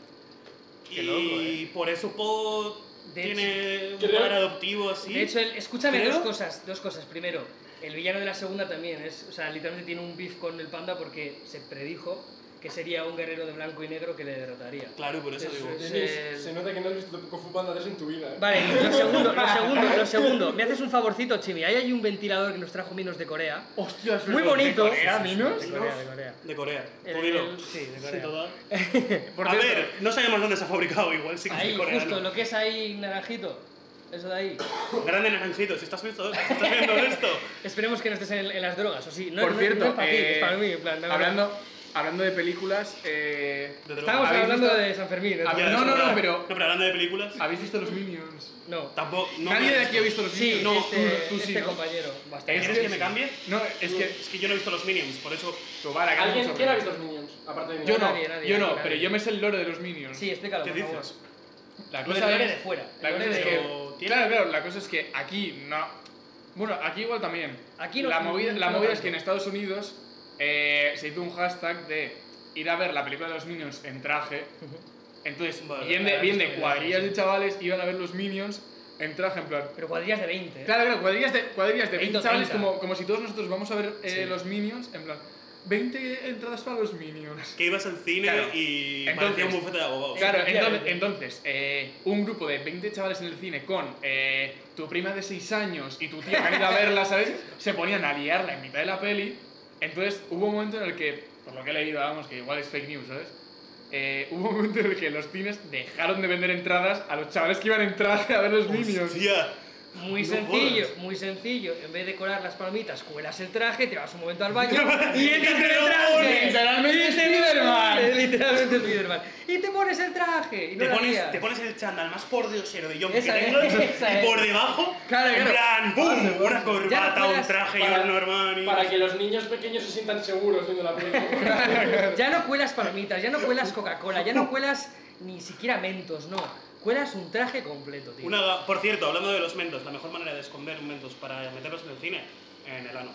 Qué
y
loco, ¿eh?
por eso Po
De
tiene un
creo-
padre adoptivo así.
de hecho, el- escúchame
Creo-
dos cosas, dos cosas. Primero, el villano de la segunda también es, o sea, literalmente tiene un beef con el panda porque se predijo que sería un guerrero de blanco y negro que le derrotaría.
Claro, por eso
Eso
digo.
es. Pues,
Denis,
eh,
se nota que no has visto Kung Fu Panda 3 en tu vida. ¿eh?
Vale,
*laughs*
lo segundo, lo segundo, lo segundo. Me haces un favorcito, Chimi. Ahí hay un ventilador que nos trajo Minos de Corea.
Hostias,
Muy bonito.
¿Era Minos?
De Corea, de Corea.
De Corea.
El-
Tú dilo.
el- sí, de Corea.
Sí,
*laughs*
total.
Por
a
cierto,
ver, no sabemos dónde se ha fabricado, igual
*laughs*
sí que es
Ahí,
de Corea.
justo, lo que es ahí naranjito. Eso de ahí.
Grande naranjito, si estás viendo, si estás viendo
*laughs*
esto.
Esperemos que no estés en, en las drogas, o sí. No,
por
no-
cierto,
no es para ti,
eh,
es para mí. en plan, no-
hablando, hablando de películas, eh,
De droga.
Estábamos
¿Habéis
hablando
visto?
de San Fermín. ¿no?
Ya,
A ver, no,
es
no,
verdad.
no, pero-
No, pero hablando de películas,
¿habéis visto los Minions?
No.
tampoco. No
Nadie
me-
de aquí ha visto los
Sí,
Minions. no,
este,
tú, tú sí.
este
¿no?
compañero. Este Bastante.
¿Quieres
Es
que
que-
me cambie?
No, es que.
Es que yo no he visto los Minions, por eso.
Tobar, acá hay
¿Alguien?
mucho
¿Quién ha
ruido.
visto los Minions? Aparte de mí.
Yo no,
Nadie, nadie,
yo no,
nadie.
pero yo me sé el lore de los Minions.
este Sí, explícalo,
¿Qué
por favor.
dices?
La
No
cosa
sabré
es-
de fuera.
La
el
cosa
lore
es
de-
que.
Pero-
Claro, claro, la cosa es que aquí no. Bueno, aquí igual también.
Aquí no-
la movida, la
no
movida es
tanto.
que en Estados Unidos eh, se hizo un hashtag de ir a ver la película de los Minions en traje. Entonces,
Vale,
bien, de,
vale,
bien
esto
de
ya,
cuadrillas
sí.
de chavales iban a ver los Minions en traje, en plan.
Pero cuadrillas de 20. ¿eh?
Claro, claro, cuadrillas de, cuadrillas de
20 o
20 chavales,
30.
como, como si todos nosotros vamos a ver eh,
Sí.
los Minions, en plan. 20 entradas para los minions.
Que ibas al cine
Claro.
y
Entonces-
parecía un bufete de abogados.
Claro, entonces,
efectivamente.
entonces eh, un grupo de 20 chavales en el cine con eh, tu prima de 6 años y tu tía que han ido a verla, ¿sabes? Se ponían a liarla en mitad de la peli. Entonces hubo un momento en el que, por lo que he leído, vamos, que igual es fake news, ¿sabes? Eh, hubo un momento en el que los cines dejaron de vender entradas a los chavales que iban a entrar a ver los minions.
Hostia.
Muy
No
sencillo,
jodas.
muy sencillo. En vez de colar las palmitas, cuelas el traje, te vas un momento al
*laughs*
baño y
Y
entras en
te
el
lo
traje.
pones.
Literalmente
Y te
Spiderman.
pones- Literalmente Spiderman. Y te pones el traje. Y no
Te
la
pones,
lías.
te pones el chándal más pordiosero de John que
Esa
tengas
es, *laughs* esa
y por
es.
debajo,
Claro,
en
claro.
plan, ¡boom! Una corbata,
puedes-
un traje y
para-
un Normani.
Para que los niños pequeños se sientan seguros viendo la *laughs* película.
*laughs* Ya no cuelas palmitas, ya no cuelas Coca-Cola, ya no cuelas ni siquiera mentos, no. Cuelas un traje completo, tío.
Una- por cierto, hablando de los mentos, la mejor manera de esconder un mentos para meterlos en el cine, en el ano.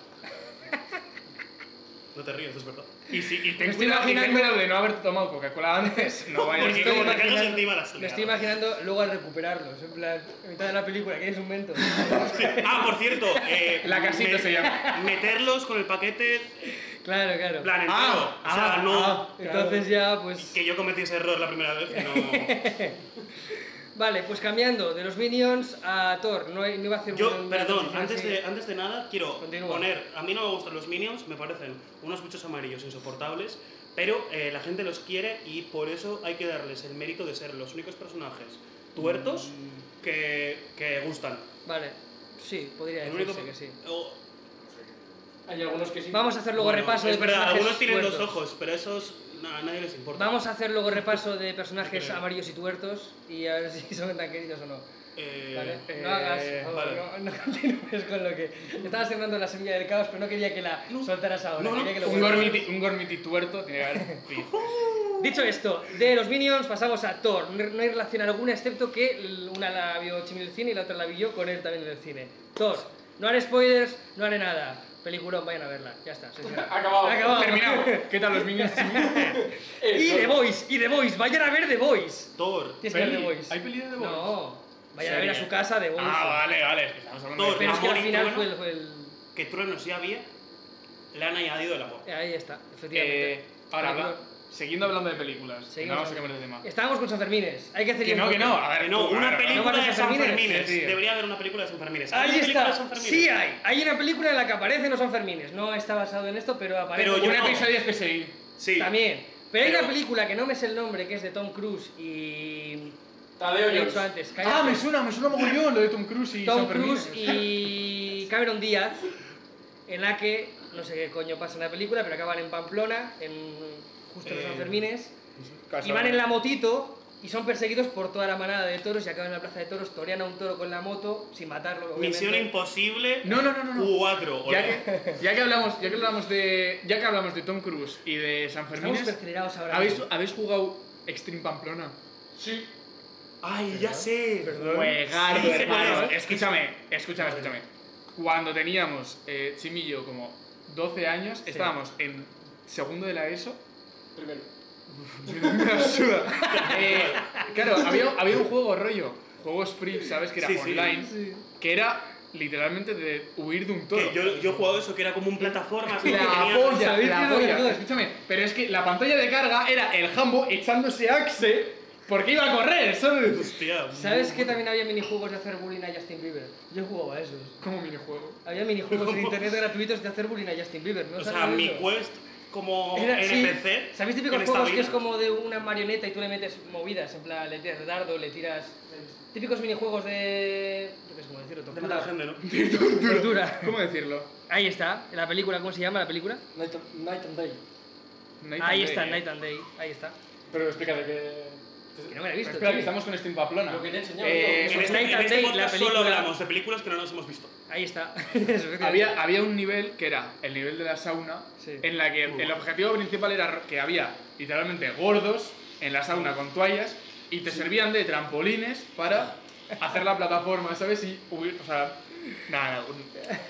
No te ríes, es verdad.
Y, si, y ten
Me estoy
cuidado y ten
imaginando-
cuidado de no haber tomado Coca-Cola antes, no vayas
Porque
estoy
como te cagas
imaginando-
encima las
Me estoy imaginando luego al recuperarlos, en plan, en mitad de la película, que es un
*laughs*
mento.
Ah, por cierto,
*laughs*
eh,
La casita se llama.
Meterlos con el paquete,
Claro,
en
claro.
plan, entero.
Ah,
o sea,
ah,
no.
ah.
Entonces ya, pues...
Que yo cometí ese error la primera vez, no.
*laughs* Vale, pues cambiando de los Minions a Thor. No, he- no iba a hacer
Yo,
una-
perdón,
una-
antes de, antes de nada quiero
Continúa.
poner, a mí no me gustan los minions, me parecen unos bichos amarillos insoportables, pero eh, la gente los quiere y por eso hay que darles el mérito de ser los únicos personajes tuertos
Mm.
que, que gustan.
Vale, sí, podría
El
decirse
único-
que sí.
o-
Hay algunos que sí.
Vamos a hacer luego
bueno,
repaso de
Es verdad,
personajes
algunos tienen dos
tuertos.
ojos, pero esos na- a nadie les importa.
Vamos a hacer luego repaso de personajes
Creo.
amarillos y tuertos y a ver *laughs* si son tan queridos o no.
Eh,
Vale,
eh,
no hagas, por favor,
vale.
no, *laughs* no continúes con lo que. Estabas sembrando la semilla del caos, pero no quería que la
No.
soltaras ahora.
No, no.
quería que lo
Un
guardaras.
gormiti, un gormiti tuerto tiene que *laughs* haber.
Dicho esto, de los Minions pasamos a Thor. No no hay relación alguna, excepto que l- una la vio Chimi en el cine y la otra la vi yo con él también en el cine. Thor, no haré spoilers, no haré nada. Peliculón, vayan a verla. Ya está.
*laughs*
sí, sí.
Acabado.
Acabado.
Terminado. ¿Qué tal los minions?
Eh,
Y
no,
The Voice, y The Voice, vayan a ver The Voice.
Thor.
Tienes que ver The
Peli.
Voice.
¿Hay peli de The Voice?
No, vayan a ver a
Serie.
su casa The Voice.
Ah, vale, vale. es que Estamos hablando
Todo,
Pero es que al
Amor y
final
trueno.
fue el. fue el-
Que truenos ya había, le han añadido el amor.
Ahí está, efectivamente.
Eh, ahora, habla- siguiendo hablando de películas. que
Seguimos
no vamos a
hablando.
cambiar de tema. *laughs*
Estábamos con San Fermines. Hay que hacer
Que
un
no, que no. A ver,
Que no,
tú,
una
ahora,
película
no
de
vale
San
Sanfermines,
Fermines.
sí.
Debería haber una película de San Fermines. Hay
Ahí
una película de
está.
San Fermines.
Sí hay. Hay una película en la que aparecen los Sanfermines. No está basado en esto, pero aparece.
Pero
ahora.
yo
Un
no.
episodio es que sí.
Sí.
También. Pero hay
Pero-
una película que no me sé el nombre, que es de Tom Cruise y.
Tadeo
Lo he dicho
Jones.
antes. cállate.
Ah, me suena, me suena mogollón lo de Tom Cruise y
Tom
San Fermín.
Cruise y Cameron Díaz, en la que no sé qué coño pasa en la película, pero acaban en Pamplona, en justo en los
Eh,
Sanfermines,
Casual.
y van en la motito y son perseguidos por toda la manada de toros y acaban en la plaza de toros, torean a un toro con la moto sin matarlo. obviamente.
Misión Imposible
No, no, no, no. no.
4.
Ya que, ya que hablamos, ya que hablamos de, ya que hablamos de Tom Cruise y de San Fermín,
Estamos supergenerados ahora.
¿habéis, habéis jugado Extreme Pamplona?
Sí.
Ay, ya sé.
Juegardo,
Sí, sé cuál
Pues, hermano.
es.
Escúchame, escúchame, escúchame. Cuando teníamos eh, Chimi y yo como 12 años, estábamos en segundo de la ESO.
Primero.
*laughs* Me ayuda. Eh, claro, había, había un juego rollo, juegos free, ¿sabes? Que era
Sí, sí.
online, que era literalmente de huir de un toro.
Que yo, yo he jugado eso, que era como un plataforma. así que
La
tenía-
polla,
¿sabéis qué
la
es lo
polla.
mejor?
Escúchame, pero es que la pantalla de carga era el jambo echándose axe porque iba a correr, *laughs* ¿sabes?
Hostia.
¿Sabes que también había minijuegos de hacer bullying a Justin Bieber? Yo jugaba a esos.
Como minijuego.
Había minijuegos en internet gratuitos de hacer bullying a Justin Bieber. ¿no
O
os
sea,
acordáis
mi
de eso?
quest como
Era- sí.
NPC.
¿Sabéis
en
típicos
esta
juegos que
vida?
es como de una marioneta y tú le metes movidas? En plan, le tiras retardo, le tiras. Típicos minijuegos de. yo qué sé cómo decirlo,
De matar
tortura.
gente,
*laughs*
¿no?
Pues
Tortura.
¿Cómo decirlo?
Ahí está, en la película, ¿cómo se llama la película?
Night, Night and Day.
Night
ahí
and
está,
Day, eh.
Night and Day, ahí está.
Pero explícate que.
Que no me la he visto.
Espera,
tío.
que estamos con Steam Pamplona.
Lo que te he enseñado,
Eh,
yo.
En este,
Night
en
and
este
Day, la
podcast solo
película.
hablamos de películas que no nos hemos visto.
Ahí *laughs* está. Es verdad.
había, había un nivel que era el nivel de la sauna,
Sí.
en la que el objetivo principal era que había literalmente gordos en la sauna con toallas y te servían de trampolines para hacer la plataforma, ¿sabes? Y huir, o sea, nada,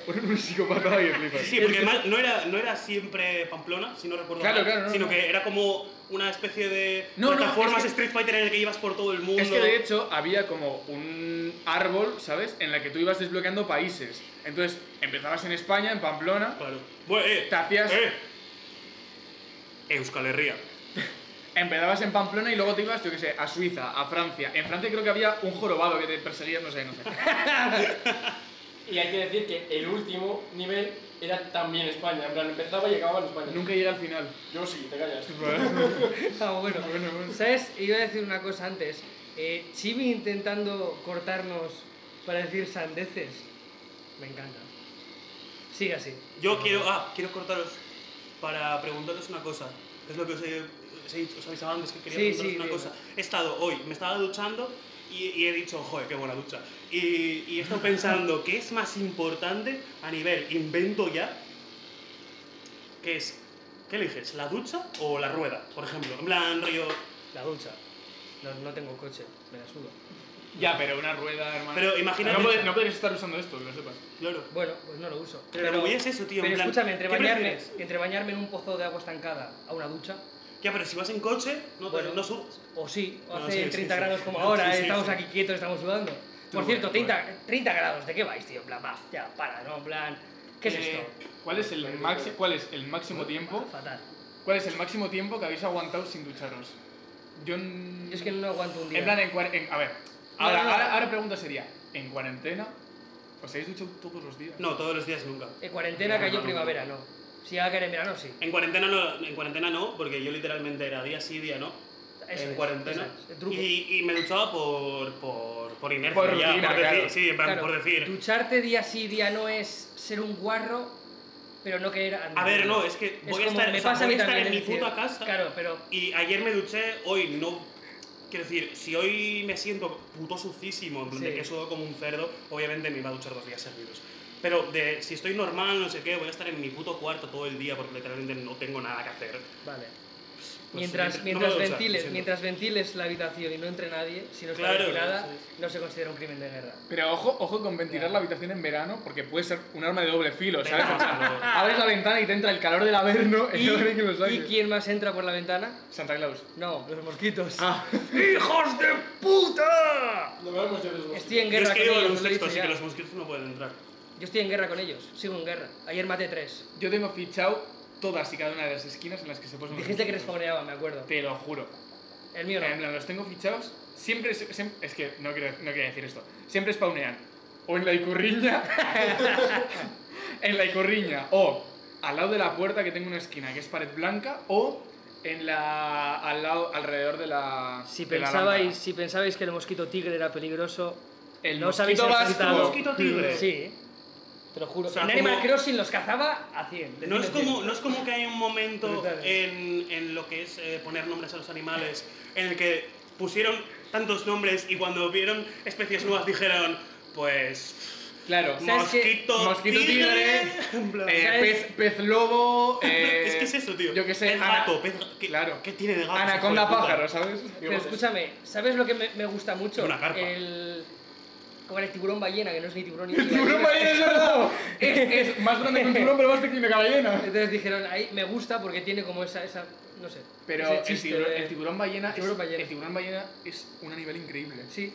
un, un, un psicópata que flipas.
Sí, porque además no era, no era siempre Pamplona, si no recuerdo
Claro,
mal,
claro, no,
sino
no.
que era como una especie de
No, no,
plataformas
es que-
Street Fighter en el que ibas por todo el mundo.
Es que de hecho había como un árbol, ¿sabes? En la que tú ibas desbloqueando países. Entonces empezabas en España, en Pamplona,
Claro. Bueno, eh,
te hacías,
eh, Euskal Herria.
Empezabas en Pamplona y luego te ibas, yo qué sé, a Suiza, a Francia. En Francia creo que había un jorobado que te perseguía, no sé, no sé.
Y hay que decir que el último nivel era también España. En plan, empezaba y acababa en España.
Nunca llegué al final.
Yo sí, te callas.
Ah, bueno. ¿Sabes? Iba a decir una cosa antes. Eh, Chibi intentando cortarnos para decir sandeces. Me encanta. Sigue así.
Yo quiero, ah, quiero cortaros para preguntaros una cosa. Es lo que os, he, os, he dicho- os avisaba antes que quería
Sí,
preguntaros
sí,
una
dime.
cosa. He estado hoy, me estaba duchando y, y he dicho, joder, qué buena ducha. Y, y
*laughs*
he estado pensando, ¿qué es más importante a nivel invento ya? Que es, ¿qué eliges? ¿La ducha o la rueda? Por ejemplo, en plan, rollo...
La ducha. No, no tengo coche, me la sudo.
Ya, pero una rueda, hermano.
Pero imagínate-
No, pod- no podrías estar usando esto, que lo sepas.
Claro.
Bueno, pues no lo uso.
Pero la movida es eso, tío, en
Pero
plan,
escúchame, entre
¿qué
bañarme,
prefieres?
entre bañarme en un pozo de agua estancada a una ducha,
Ya, pero si vas en coche, no, te-
Bueno.
no subes.
o sí, o
No,
hace
sí, sí,
30
sí.
grados como
No,
ahora,
sí,
eh,
sí,
estamos
sí.
aquí quietos, estamos sudando. Por
bueno,
cierto, 30, 30 grados, ¿de qué vais, tío? En plan, va, ya, para, ¿no? En plan, ¿qué es
Eh,
esto? Ah,
¿Cuál es el, maxi- cuál es el máximo tiempo?
Fatal.
¿Cuál es el máximo tiempo que habéis aguantado sin ducharos? Yo. n-
Yo es que no aguanto un día.
En
eh,
plan, en, cuar- en- a ver, ahora,
no, no.
ahora, ahora pregunta sería, ¿en cuarentena os habéis duchado todos los días?
No, todos los días nunca.
En cuarentena
No,
cayó
no, no.
primavera, no. Si va a caer en verano, sí.
En cuarentena no, en cuarentena no, porque yo literalmente era día sí, día no.
Eso
en
es,
cuarentena.
eso es, el truco.
y, y me duchaba por, por, por inercia,
Por
ya,
rutina,
por
claro.
decir, sí, en plan,
Claro,
por decir.
Ducharte día sí, día no es ser un guarro, pero no querer andar.
A ver, no, es que
Es
voy a
como,
estar, o
me
sea,
pasa a
voy
mí
a estar
también,
en mi
es decir,
puta casa
Claro, pero
y ayer me duché, hoy no. Quiero decir, si hoy me siento puto sucísimo, en plan de
Sí.
que sudo como un cerdo, obviamente me iba a duchar dos días seguidos. Pero de, si estoy normal, no sé qué, voy a estar en mi puto cuarto todo el día porque literalmente no tengo nada que hacer.
Vale.
Pues,
Mientras,
no me
mientras,
voy a duchar, lo
ventiles,
siento.
mientras ventiles la habitación y no entre nadie, si no está
Claro,
ventilada,
sí.
no se considera un crimen de
*laughs*
guerra.
Pero ojo, ojo con ventilar la habitación en verano porque puede ser un arma de doble filo, ¿sabes?
Venga,
O sea,
Gonzalo.
abres la ventana y te entra el calor del averno y,
¿Y,
no creo que lo
y
saques.
quién más entra por la ventana?
Santa Claus.
No, los mosquitos.
Ah,
¡Hijos de puta!
Lo vemos ya mismo.
Estoy en
Yo es
guerra
que
con
vivo
ellos.
en un
os lo he
sexto,
dicho
así que
ya.
los mosquitos no pueden entrar.
Yo estoy en guerra con ellos, sigo en guerra. Ayer maté tres.
yo tengo fichado todas y cada una de las esquinas en las que se
Mm.
ponen los
Dijiste que
mosquitos.
respawnaba, me acuerdo.
Te lo juro.
El mío
En
no.
plan, los tengo fichados. Siempre, se- siem- es que no quiero, no quería decir esto. Siempre spawnean. O en la icurriña. *laughs* en la icurriña. O al lado de la puerta que tengo una esquina que es pared blanca. O en la. al lado, alrededor de la.
Si
de la
pensabais,
lámpara.
si pensabais que el mosquito tigre era peligroso,
El
no os habéis
mosquito
asustado.
basto.
Mosquito tigre.
Sí, ¿eh? te lo juro.
Eh. O sea,
en Animal
como-
Crossing los cazaba a 100. decidme
No es, como,
100.
no es como que hay un momento
Brutal.
en, en lo que es eh, poner nombres a los animales en el que pusieron tantos nombres y cuando vieron especies nuevas dijeron, pues.
Claro.
sea, ¿Sabes qué?
Mosquito, *laughs*
Mosquito
tigre.
tigre.
En plan,
Eh,
¿sabes?
pez, pez lobo. eh,
es que es eso, tío.
Yo qué sé.
Pez
ana-
gato, pez ga- ¿qué,
claro.
¿Qué tiene de gato?
Anaconda
hijo de puta?
pájaro, ¿sabes? pues,
Pero escúchame, ¿sabes lo que me, me gusta mucho?
Una carpa.
El. Como el tiburón ballena, que no es ni tiburón ni
El *laughs* tiburón ballena es verdad. Es, es *laughs* más grande que un tiburón, pero más pequeño que la ballena.
Entonces dijeron, ahí me gusta porque tiene como esa. esa no sé.
Pero
ese
el
chiste
tiburón,
de-
el tiburón ballena
el tiburón
es,
ballena.
el tiburón ballena es un animal increíble.
Sí.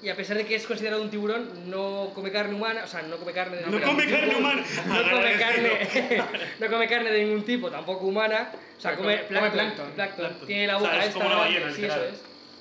Y a pesar de que es considerado un tiburón, no come carne humana, o sea, no come carne de
No
ningún
come
tipo,
carne humana.
No come carne, *laughs* no come carne de ningún tipo, tampoco humana. O sea,
Pero
come,
come- come
plancton,
plancton.
plancton.
Plancton.
Tiene la
O sea,
boca
es
esta
como una
grande,
ballena,
sí, eso
literal.
es.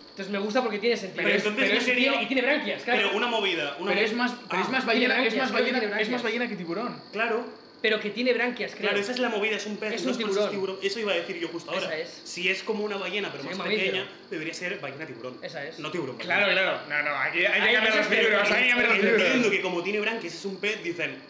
Entonces me gusta porque tiene sentido.
Pero entonces,
es-
¿qué sería?
tiene- y tiene branquias, claro.
Pero una movida. Una
Pero es
mo-
más, pero es
Ah,
más ballena,
tiene
es
branquias, tiene
más ballena, es
branquias.
más ballena que tiburón.
Claro.
Pero que tiene branquias, creo.
Claro, esa es la movida, es un pez,
Es
no
un
como si
tiburón.
Eso iba a decir yo justo ahora.
Esa es.
Si es como una ballena, pero
Sí,
más
mamífero.
pequeña, debería ser ballena tiburón.
Esa es.
No tiburón.
claro. No, no, aquí hay
Ahí eso es
Pero
Pero, o sea,
hay que cambiar los
entiendo
libros.
que como tiene branquias es un pez, dicen.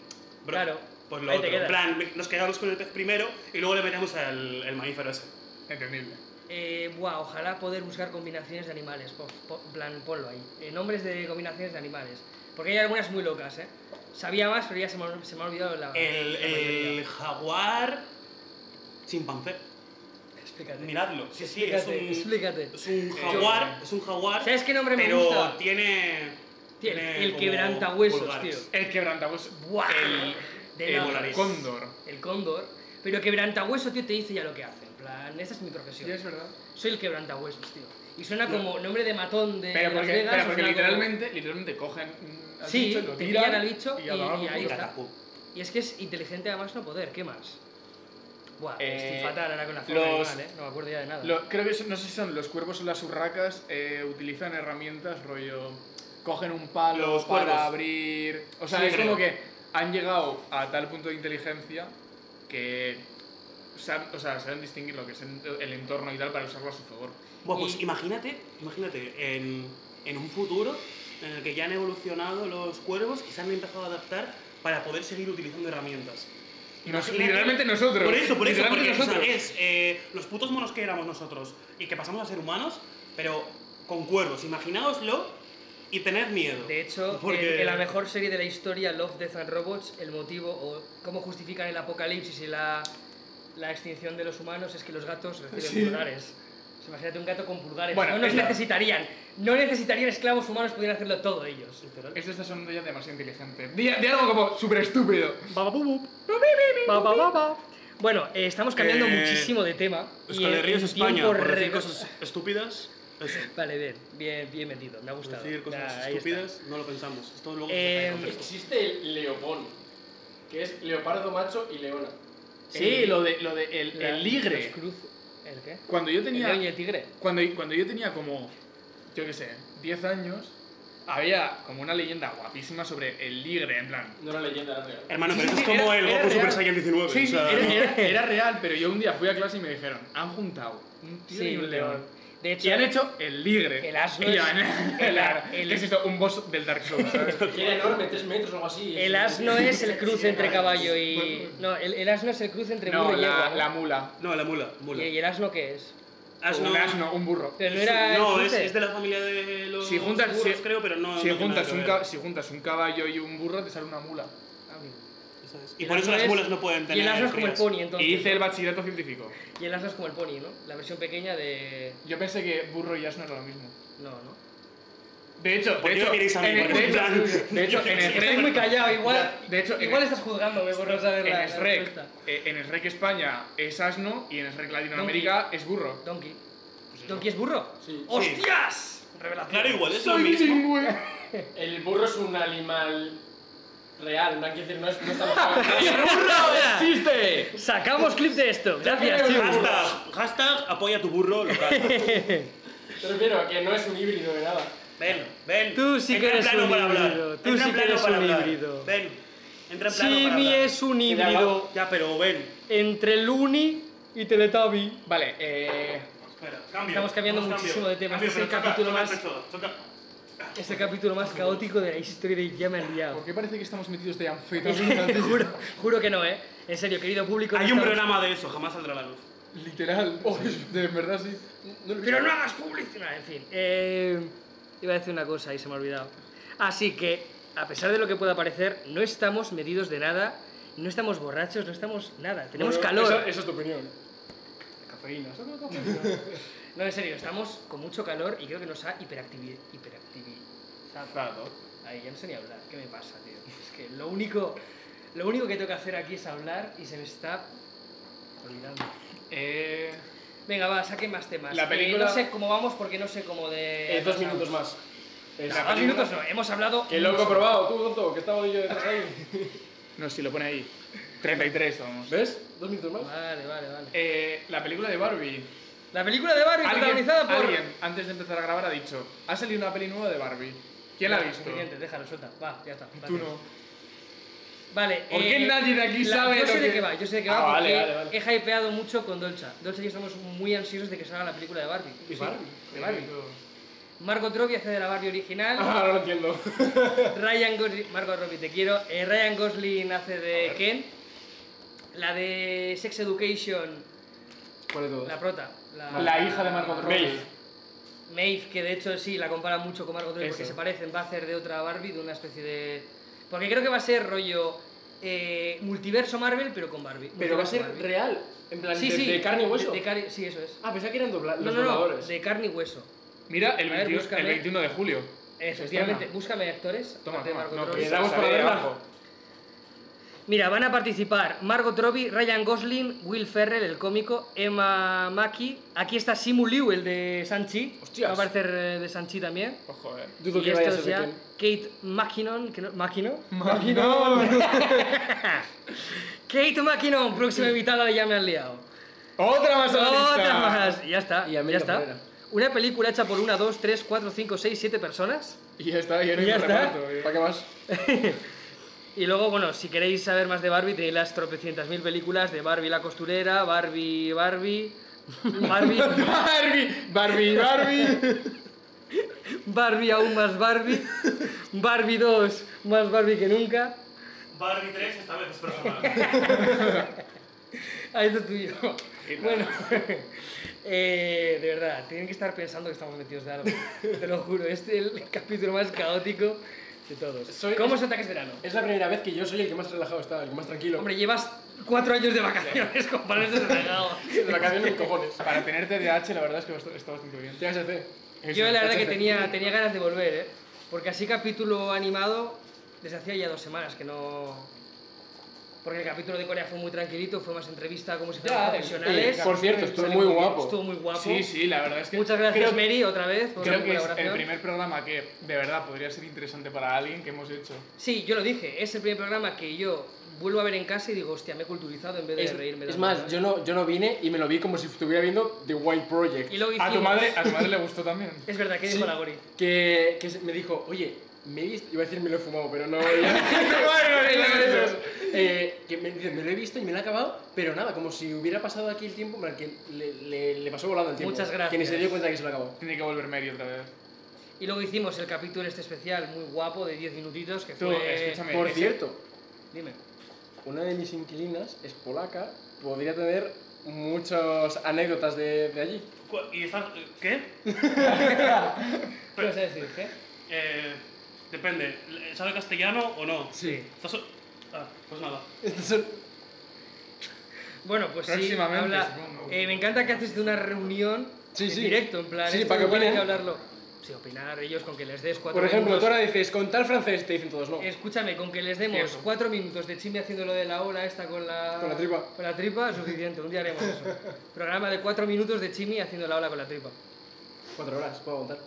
bro,
Claro,
Pues lo
ahí te
otro. En
quedas.
plan, nos quedamos con el pez primero y luego le metemos al el mamífero ese.
Entendible.
Eh, buah, ojalá poder buscar combinaciones de animales. po- po- en plan, ponlo ahí. Eh, nombres de combinaciones de animales. Porque hay algunas muy locas, ¿eh? Sabía más, pero ya se me, ha- se me ha olvidado la. Ah,
El,
la mayoría.
el jaguar chimpancé.
Explícate.
Miradlo. Sí, sí, es un,
explícate, explícate.
es un jaguar. Es un jaguar.
¿Sabes qué nombre me
pero
gusta?
tiene.
Tío, el-
tiene
el
como
quebrantahuesos,
pulgares.
El quebrantahuesos.
Buah,
El,
de
el
nada.
cóndor.
El cóndor. Pero quebrantahueso, tío, te dice ya lo que hace. En plan, esta es mi profesión.
Sí, es verdad.
Soy el quebrantahuesos, tío. Y suena como nombre de matón de.
Pero
Las
porque,
Vegas,
pero
o
porque
suena como-
literalmente, literalmente cogen mm, al
Sí,
bicho, lo
te
tiran
pillan al bicho
a
y-
tomar por
y ahí
culo.
está. Y es que es inteligente además no poder, ¿qué más? Buah,
Eh,
estoy fatal ahora con la forma
los-
animal, ¿eh? No me acuerdo ya de nada.
Lo- creo que son- no sé si son los cuervos o las urracas, eh, utilizan herramientas, rollo. Cogen un palo
Los
para
cuervos.
abrir. O sea,
Sí,
es
creo.
como que han llegado a tal punto de inteligencia que. sab- o sea, saben distinguir lo que es en- el entorno y tal para usarlo a su favor.
Bueno, pues
Y-
imagínate, imagínate, en, en un futuro en el que ya han evolucionado los cuervos y se han empezado a adaptar para poder seguir utilizando herramientas.
Y nos-
Imagínate-
literalmente nosotros.
Por eso, por eso, porque
Literalmente
o sea,
nosotros.
es eh, los putos monos que éramos nosotros y que pasamos a ser humanos, pero con cuervos. Imaginaoslo y tener miedo.
De hecho,
Porque-
en, en la mejor serie de la historia, Love, Death and Robots, el motivo o cómo justifican el apocalipsis y la, la extinción de los humanos es que los gatos reciben pulgares. O sea, imagínate un gato con pulgares.
Bueno,
no nos
esta-
necesitarían. No necesitarían esclavos humanos, pudieran hacerlo todo ellos. Literal.
Esto está sonando ya demasiado inteligente. Di, di algo como súper estúpido.
Ba, ba, ba, ba. Bueno, eh, estamos cambiando
Eh,
muchísimo de tema. y
Euskal
en-
Herria es
en
España,
tiempo
por decir
récord-
cosas estúpidas.
*laughs*
Eso,
Vale, bien, bien, bien metido, me ha
por
gustado.
decir cosas
Ya, ahí está.
estúpidas, no lo pensamos. Esto luego
Eh,
se cae en contexto.
Existe el leopón, que es leopardo macho y leona.
Sí, lo de, lo de el,
La-
el
los
ligre.
cruz- ¿El qué?
Cuando yo
El
tenía.
león y el tigre.
Cuando, cuando yo tenía como, yo qué sé, 10 años, había como una leyenda guapísima sobre el ligre, en plan.
No era leyenda, era real.
Hermano,
Sí,
pero
sí,
esto es como
era-
el
era
Goku
real.
Super Saiyan 19.
Sí,
o
sí,
sea,
era,
*laughs*
era- era real, pero yo un día fui a clase y me dijeron, han juntado un tío
Sí,
y un león.
De hecho,
Y han hecho el ligre.
El asno
Y
es-
yo, *laughs*
el a-
¿qué
el-
es esto? Un boss del Dark Souls, ¿sabes?
*laughs*
Que era enorme, 3 metros o algo así.
el asno es el cruce entre caballo y.
Bueno.
No, el, el asno es el cruce entre
No,
burro y
la,
yegua. ¿no?
la mula.
No, la mula, mula. Ah,
¿Y, y el asno qué es?
Asno-
Un asno, un burro.
Pero no era. el
No, es,
cruce.
es de la familia de los
Si juntas-
burros,
si-
creo, pero no.
Si
no tiene
juntas,
nada que
un
ver.
ca- si juntas un caballo y un burro, te sale una mula.
Ah, bien.
Eso es. Y,
Y
por
el
eso
asno
las
es-
mulas no pueden tener.
Y el asno es como el
crías.
pony, entonces.
Y hice el bachillerato científico.
Y el asno es como el pony, ¿no? La versión pequeña de.
Yo pensé que burro y asno era lo mismo.
No, no.
De hecho,
¿Por
de
qué
hecho,
me miráis a mí?
en el-
Porque
de
en
hecho-
plan-
de hecho, en el
Estás muy
Shrek,
callado, igual.
Ya, de hecho, en
igual
el-
estás juzgándome por no saber la,
en
la
Shrek,
respuesta.
eh, en Shrek España es asno y en Shrek Latinoamérica es burro.
Donkey.
Pues
¿Donkey es burro?
Sí.
¡Hostias! Revelación.
Claro, igual, es lo mismo.
bilingüe.
El burro es un animal real, no hay que decir, no, es, no estamos *laughs* hablando
*laughs* ¡Existe!
Sacamos clip de esto. Gracias,
quiero
Chiu.
burro.
Hashtag, hashtag apoya tu burro local.
Te refiero a que no es un híbrido de nada.
Ven, ven.
Tú sí que
Entra en
eres
plano
un
para hablar.
híbrido, tú
Entra
sí
en
que
plano
eres
para
un
hablar.
híbrido.
Ven, entra en plano para
Simi
hablar.
es un
Ya,
híbrido
Ya, pero ven.
entre Looney y Teletabi.
Vale, eh.
Espera, cambio.
Estamos cambiando
Vamos,
muchísimo
cambio.
de tema.
Cambio,
Este es el
pero toca,
capítulo
toca
más-
el texto, toca.
Es el capítulo más caótico de la historia de Ya me han liado.
*laughs*
¿Por qué parece que estamos metidos de *laughs*
*laughs*
anfetaminas?
juro, juro que no, ¿eh? En serio, querido público. no
Hay un
estamos-
programa de eso, jamás saldrá a la luz.
Literal. es- Oh, de verdad sí. No lo he
Pero
visto.
no hagas publicidad, en fin. Eh, iba a decir una cosa y se me ha olvidado. Así que, a pesar de lo que pueda parecer, no estamos medidos de nada, no estamos borrachos, no estamos nada. Tenemos
Bueno,
calor.
Esa, esa es tu opinión.
Cafeína, solo cafeína.
No, en serio, estamos con mucho calor y creo que nos ha hiperactivi- hiperactivizado.
Zafado.
Ay, ya no sé ni hablar. ¿Qué me pasa, tío? Es que lo único, lo único que tengo que hacer aquí es hablar y se me está olvidando.
Eh.
Venga, va, saquen más temas.
La
Eh,
película-
no sé cómo vamos porque no sé cómo de...
Eh, dos minutos más.
Ah,
Es-
No, dos minutos no, hemos hablado...
Que loco
mucho.
probado, tú tonto, que estaba yo detrás ahí.
*laughs* No, si lo pone ahí. 33, vamos.
¿Ves? Dos minutos más.
Vale, vale, vale.
Eh, la película de Barbie.
La película de Barbie protagonizada por...
alguien, antes de empezar a grabar, ha dicho: Ha salido una peli nueva de Barbie. ¿Quién la ha
Ya,
visto?
suficiente, déjalo, suelta. Va, ya está.
Tú
vale.
no.
Vale. eh,
¿Por qué nadie de aquí sabe
Yo sé
lo
de
que-
qué va, yo sé de qué
Ah,
va porque
vale, vale, vale.
he hypeado mucho con Dolcha. Dolcha y yo estamos muy ansiosos de que salga la película de Barbie.
¿Y
Sí,
Barbie?
De Barbie.
*laughs*
Margot Robbie hace de la Barbie original.
Ah, no lo entiendo.
Ryan Gosling... Margot Robbie, te quiero. Eh, Ryan Gosling hace de Ken. La de Sex Education,
¿Cuál de todos?
la prota. La,
La hija de Margot Robbie.
Maeve.
Maeve, que de hecho sí, la comparan mucho con Margot Robbie porque
Eso.
se parecen, va a hacer de otra Barbie, de una especie de... Porque creo que va a ser rollo eh, multiverso Marvel, pero con Barbie.
Pero va a
Multiverso
ser
Barbie.
real. En plan,
sí,
de,
sí,
de carne y hueso.
de carne- sí, eso es.
Ah, pensaba que eran dobla-
no,
los
no, no,
dobladores.
de carne y hueso.
Mira, el,
A ver,
21
búscame.
el 21 de julio.
Efectivamente,
Estrena.
búscame actores.
Toma,
aparte de
toma.
Margot
No,
Robbie.
que
Le damos
sale
para
de
verla.
abajo.
Mira, van a participar Margot Robbie, Ryan Gosling, Will Ferrell, el cómico, Emma Mackey. Aquí está Simu Liu, el de Sanchi.
Hostias.
Va a aparecer eh, de Sanchi también.
Ojo, eh.
Dudo
y
que vaya a
esto
ser
es
de
ya
Ken. *laughs*
Kate Mackinon, que no, ¿Mackinon?
Máquina.
Kate McKinnon, próxima invitada de Ya me han liado.
Otra más a la lista.
Otra más. Y ya está,
Y
ya
Amelia
está.
Pereira.
Una película hecha por una, dos, tres, cuatro, cinco, seis, siete personas.
Y ya está, ya no
Y
hay
ya
más
está.
reparto, eh.
¿Para qué más?
Y luego, bueno, si queréis saber más de Barbie, tenéis las tropecientas mil películas de Barbie la costurera, Barbie, Barbie,
*laughs*
Barbie,
Barbie, Barbie, Barbie.
Barbie aún más Barbie, Barbie 2 más Barbie que nunca.
Barry 3 esta vez es personal.
Ahí está tuyo. Bueno, *laughs* eh, de verdad, tienen que estar pensando que estamos metidos de algo. Te lo juro, este es el capítulo más caótico de todos.
Soy-
¿Cómo se ataques verano?
Es la primera vez que yo soy el que más relajado está, el que
*laughs*
más tranquilo.
Hombre, llevas cuatro años de vacaciones *laughs* con paredes
de vacaciones mis cojones.
Para tener TDAH, la verdad es que bast- está bastante bien.
¿Qué vas a hacer?
Yo la verdad que tenía, tenía ganas de volver, ¿eh? Porque así capítulo animado, desde hacía ya dos semanas que no... Porque el capítulo de Corea fue muy tranquilito, fue más entrevista, como si fueran
Ya,
profesionales.
eh, por cierto, estuvo
Salió
muy guapo.
Estuvo muy guapo.
Sí, sí, la verdad es que.
Muchas gracias,
creo-
Mary, otra vez. por
Creo
la
que es el
colaboración.
primer programa que de verdad podría ser interesante para alguien que hemos hecho.
Sí, yo lo dije, es el primer programa que yo vuelvo a ver en casa y digo, hostia, me he culturizado en vez de
Es,
reírme.
es
tanto,
más,
¿sabes?
yo no, yo no vine y me lo vi como si estuviera viendo The White Project.
Y luego
A tu
hicimos-
madre, a tu madre le gustó también.
Es verdad, ¿qué dijo
Sí.
la
*laughs*
Gori?
Que, que se- me dijo, oye, me he visto. Iba a decir me lo he fumado,
*laughs*
pero no. Eh, que me dice, me lo he visto y me lo he acabado, pero nada, como si hubiera pasado aquí el tiempo, en plan, que le, le- le pasó volando el tiempo.
Muchas gracias.
Que ni se dio cuenta que se lo acabó.
Tiene que volver Mary otra vez.
Y luego hicimos el capítulo este especial muy guapo de 10 minutitos que
Tú,
fue...
escúchame.
Por
ese-
cierto,
Dime.
una de mis inquilinas es polaca, podría tener muchas anécdotas de, de allí.
Cu- ¿Y estás.? ¿Qué?
¿Qué vas a decir? ¿Qué?
Eh, depende. ¿Sabe castellano o no?
Sí.
¿Estás.? so- Ah, pues nada.
Estas son-
Bueno, pues sí,
Próximamente,
habla-
supongo.
eh, me encanta que haces de una reunión
Sí,
en
sí.
directo, en plan...
Sí,
esto
para que
igual hay
opinen.
hablarlo. Sí, opinar ellos con que les des cuatro
Por ejemplo,
minutos.
tú ahora dices, contar francés, te dicen todos no.
Escúchame, con que les demos
Cierto.
cuatro minutos de Chimi haciendo lo de la ola esta con la...
Con la tripa.
Con la tripa es suficiente, un día haremos eso.
*laughs*
Programa de cuatro minutos de Chimi haciendo la ola con la tripa.
Cuatro horas, puedo aguantar.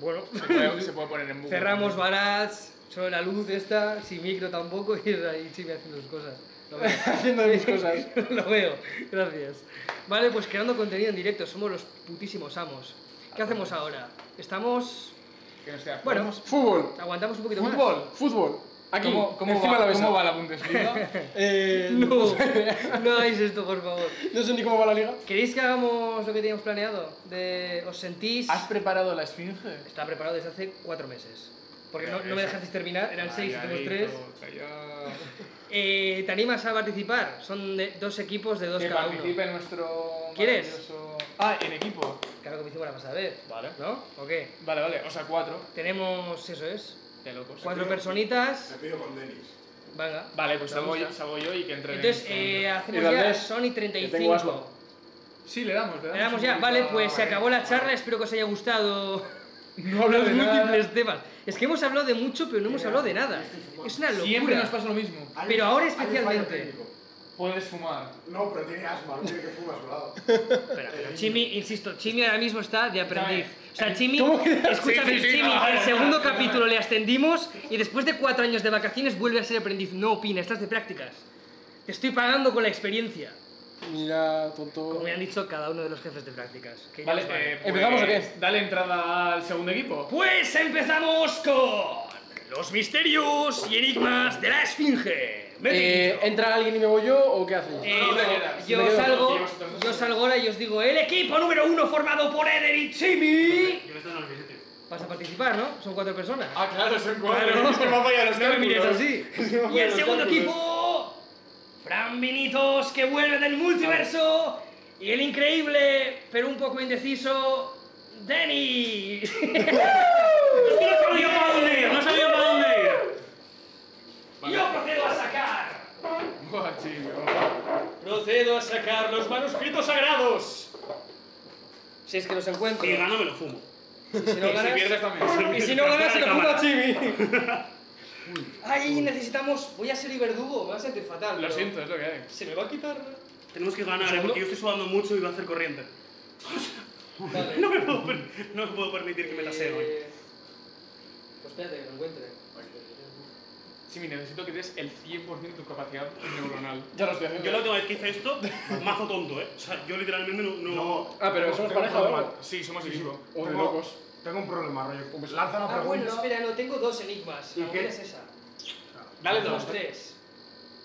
Bueno,
Se puede, se puede poner en bucle.
cerramos Barats, sobre la luz esta, sin micro tampoco, *laughs* y ahí Chimi haciendo sus cosas. Lo veo.
*laughs* Haciendo mis cosas.
*laughs* Lo veo, gracias. Vale, pues creando contenido en directo, somos los putísimos amos. ¿Qué hacemos ahora? Estamos...
Que no sea.
Bueno.
podemos-
Fútbol.
¿Aguantamos un poquito más?
Fútbol. Fútbol. Aquí,
¿Cómo, cómo,
encima
va,
de la mesa.
¿Cómo va la Bundesliga?
Eh,
No, no hagáis esto, por favor.
no sé ni cómo va la liga.
¿Queréis que hagamos lo que teníamos planeado? De, ¿Os sentís?
¿Has preparado la esfinge?
Está preparado desde hace cuatro meses. Porque
Pero
no, no me
esa-
dejasteis terminar, eran seis, hicimos
Calladito,
tres.
callado.
Eh, ¿Te animas a participar? Son de- dos equipos de dos
Que
cada uno.
participe nuestro.
¿Quieres?
maravilloso- Ah, en equipo.
Claro, como hicimos la pasada vez.
Vale.
¿No? ¿O qué?
Vale, vale. O sea, cuatro.
Tenemos, eso es,
De locos.
cuatro personitas.
Me pido con Denis.
Venga.
Vale, pues
Me
salgo
gusta.
yo, salgo yo y que entre.
Entonces,
Denis.
eh, hacemos ya
Irlandés,
Sony
que tengo
35.
asma.
Sí, le damos, le
Le
damos.
damos
un
ya.
poquito
Vale,
a-
pues se acabó la charla. Espero que os haya gustado no los
de nada.
múltiples temas. Es que hemos hablado de mucho, pero no hemos hablado de nada. Es una locura.
Siempre nos pasa lo mismo.
Hay-
Pero ahora
hay un fallo
especialmente.
técnico.
Puedes fumar.
No, pero tiene asma, no tiene que fumar a su lado.
Espera, pero Chimi, insisto, Chimi ahora mismo está de aprendiz. O
Eh,
sea, Chimi,
¿Cómo que-
escúchame,
Sí, sí, sí,
Chimi,
no,
al
no,
segundo
no, no,
capítulo le ascendimos y después de cuatro años de vacaciones vuelve a ser aprendiz. No opina, estás de prácticas. Te estoy pagando con la experiencia.
Mira, tonto.
Como me han dicho cada uno de los jefes de prácticas. que ya
Vale,
os vale.
eh,
¿Empezamos o qué?
pues, Dale entrada al segundo equipo.
Pues empezamos con los misterios y enigmas de la Esfinge. Me
Eh,
pillo.
¿Entra alguien y me voy yo o qué haces?
Eh,
no,
no,
te quedas,
yo
te quedas.
salgo,
Y vosotros dos
yo
solos.
salgo ahora y os digo, el equipo número uno formado por Eder y Chimi.
Yo me estoy en el billete.
Vas a participar, ¿no? Son cuatro personas.
Ah, claro, son
Claro.
Es que me ha fallado los
No me mires
cálculos.
así.
me
Y el
los
segundo
cálculos.
equipo, Fran Vinitos, que vuelve del multiverso, y el increíble, pero un poco indeciso, Denny.
¡No sabía para dónde ir! ¡No sabía para dónde ir!
Yo procedo a sacar.
Buah, chico.
Procedo a sacar los manuscritos sagrados.
Si es que los encuentro.
Si gano, me lo *laughs* fumo.
si no
Y si
ganas-
pierdes también.
Y
*laughs*
si no ganas, se lo fumo
Cámara.
a Chimi. Ay, necesitamos. Voy a ser Iberdugo, me vas a sentir fatal.
Lo
pero
siento, es lo que hay.
Se me va a quitar. ¿no?
Tenemos que ganar, ¿eh?
¿Segundo?
porque yo estoy sudando mucho y va a hacer corriente.
Vale.
*laughs* No me puedo, per- no me puedo permitir que me tasee hoy.
Eh, Pues espérate que lo encuentre.
Simi, necesito que des el 100% de tu capacidad neuronal.
Ya lo estoy haciendo.
Yo la última vez que hice esto, mazo tonto, ¿eh? O sea, yo literalmente no. no-
Ah, pero
Tengo-
somos
tengo
pareja
un
o algo.
problema. Sí, somos equipo.
O de
Tengo-
locos.
Tengo un problema, rollo. Lanza la
Ah, bueno,
pregunta.
espera, no, tengo dos enigmas.
¿Y
La
qué?
buena es esa.
Dale
Hacemos
dos. ¿eh?
tres.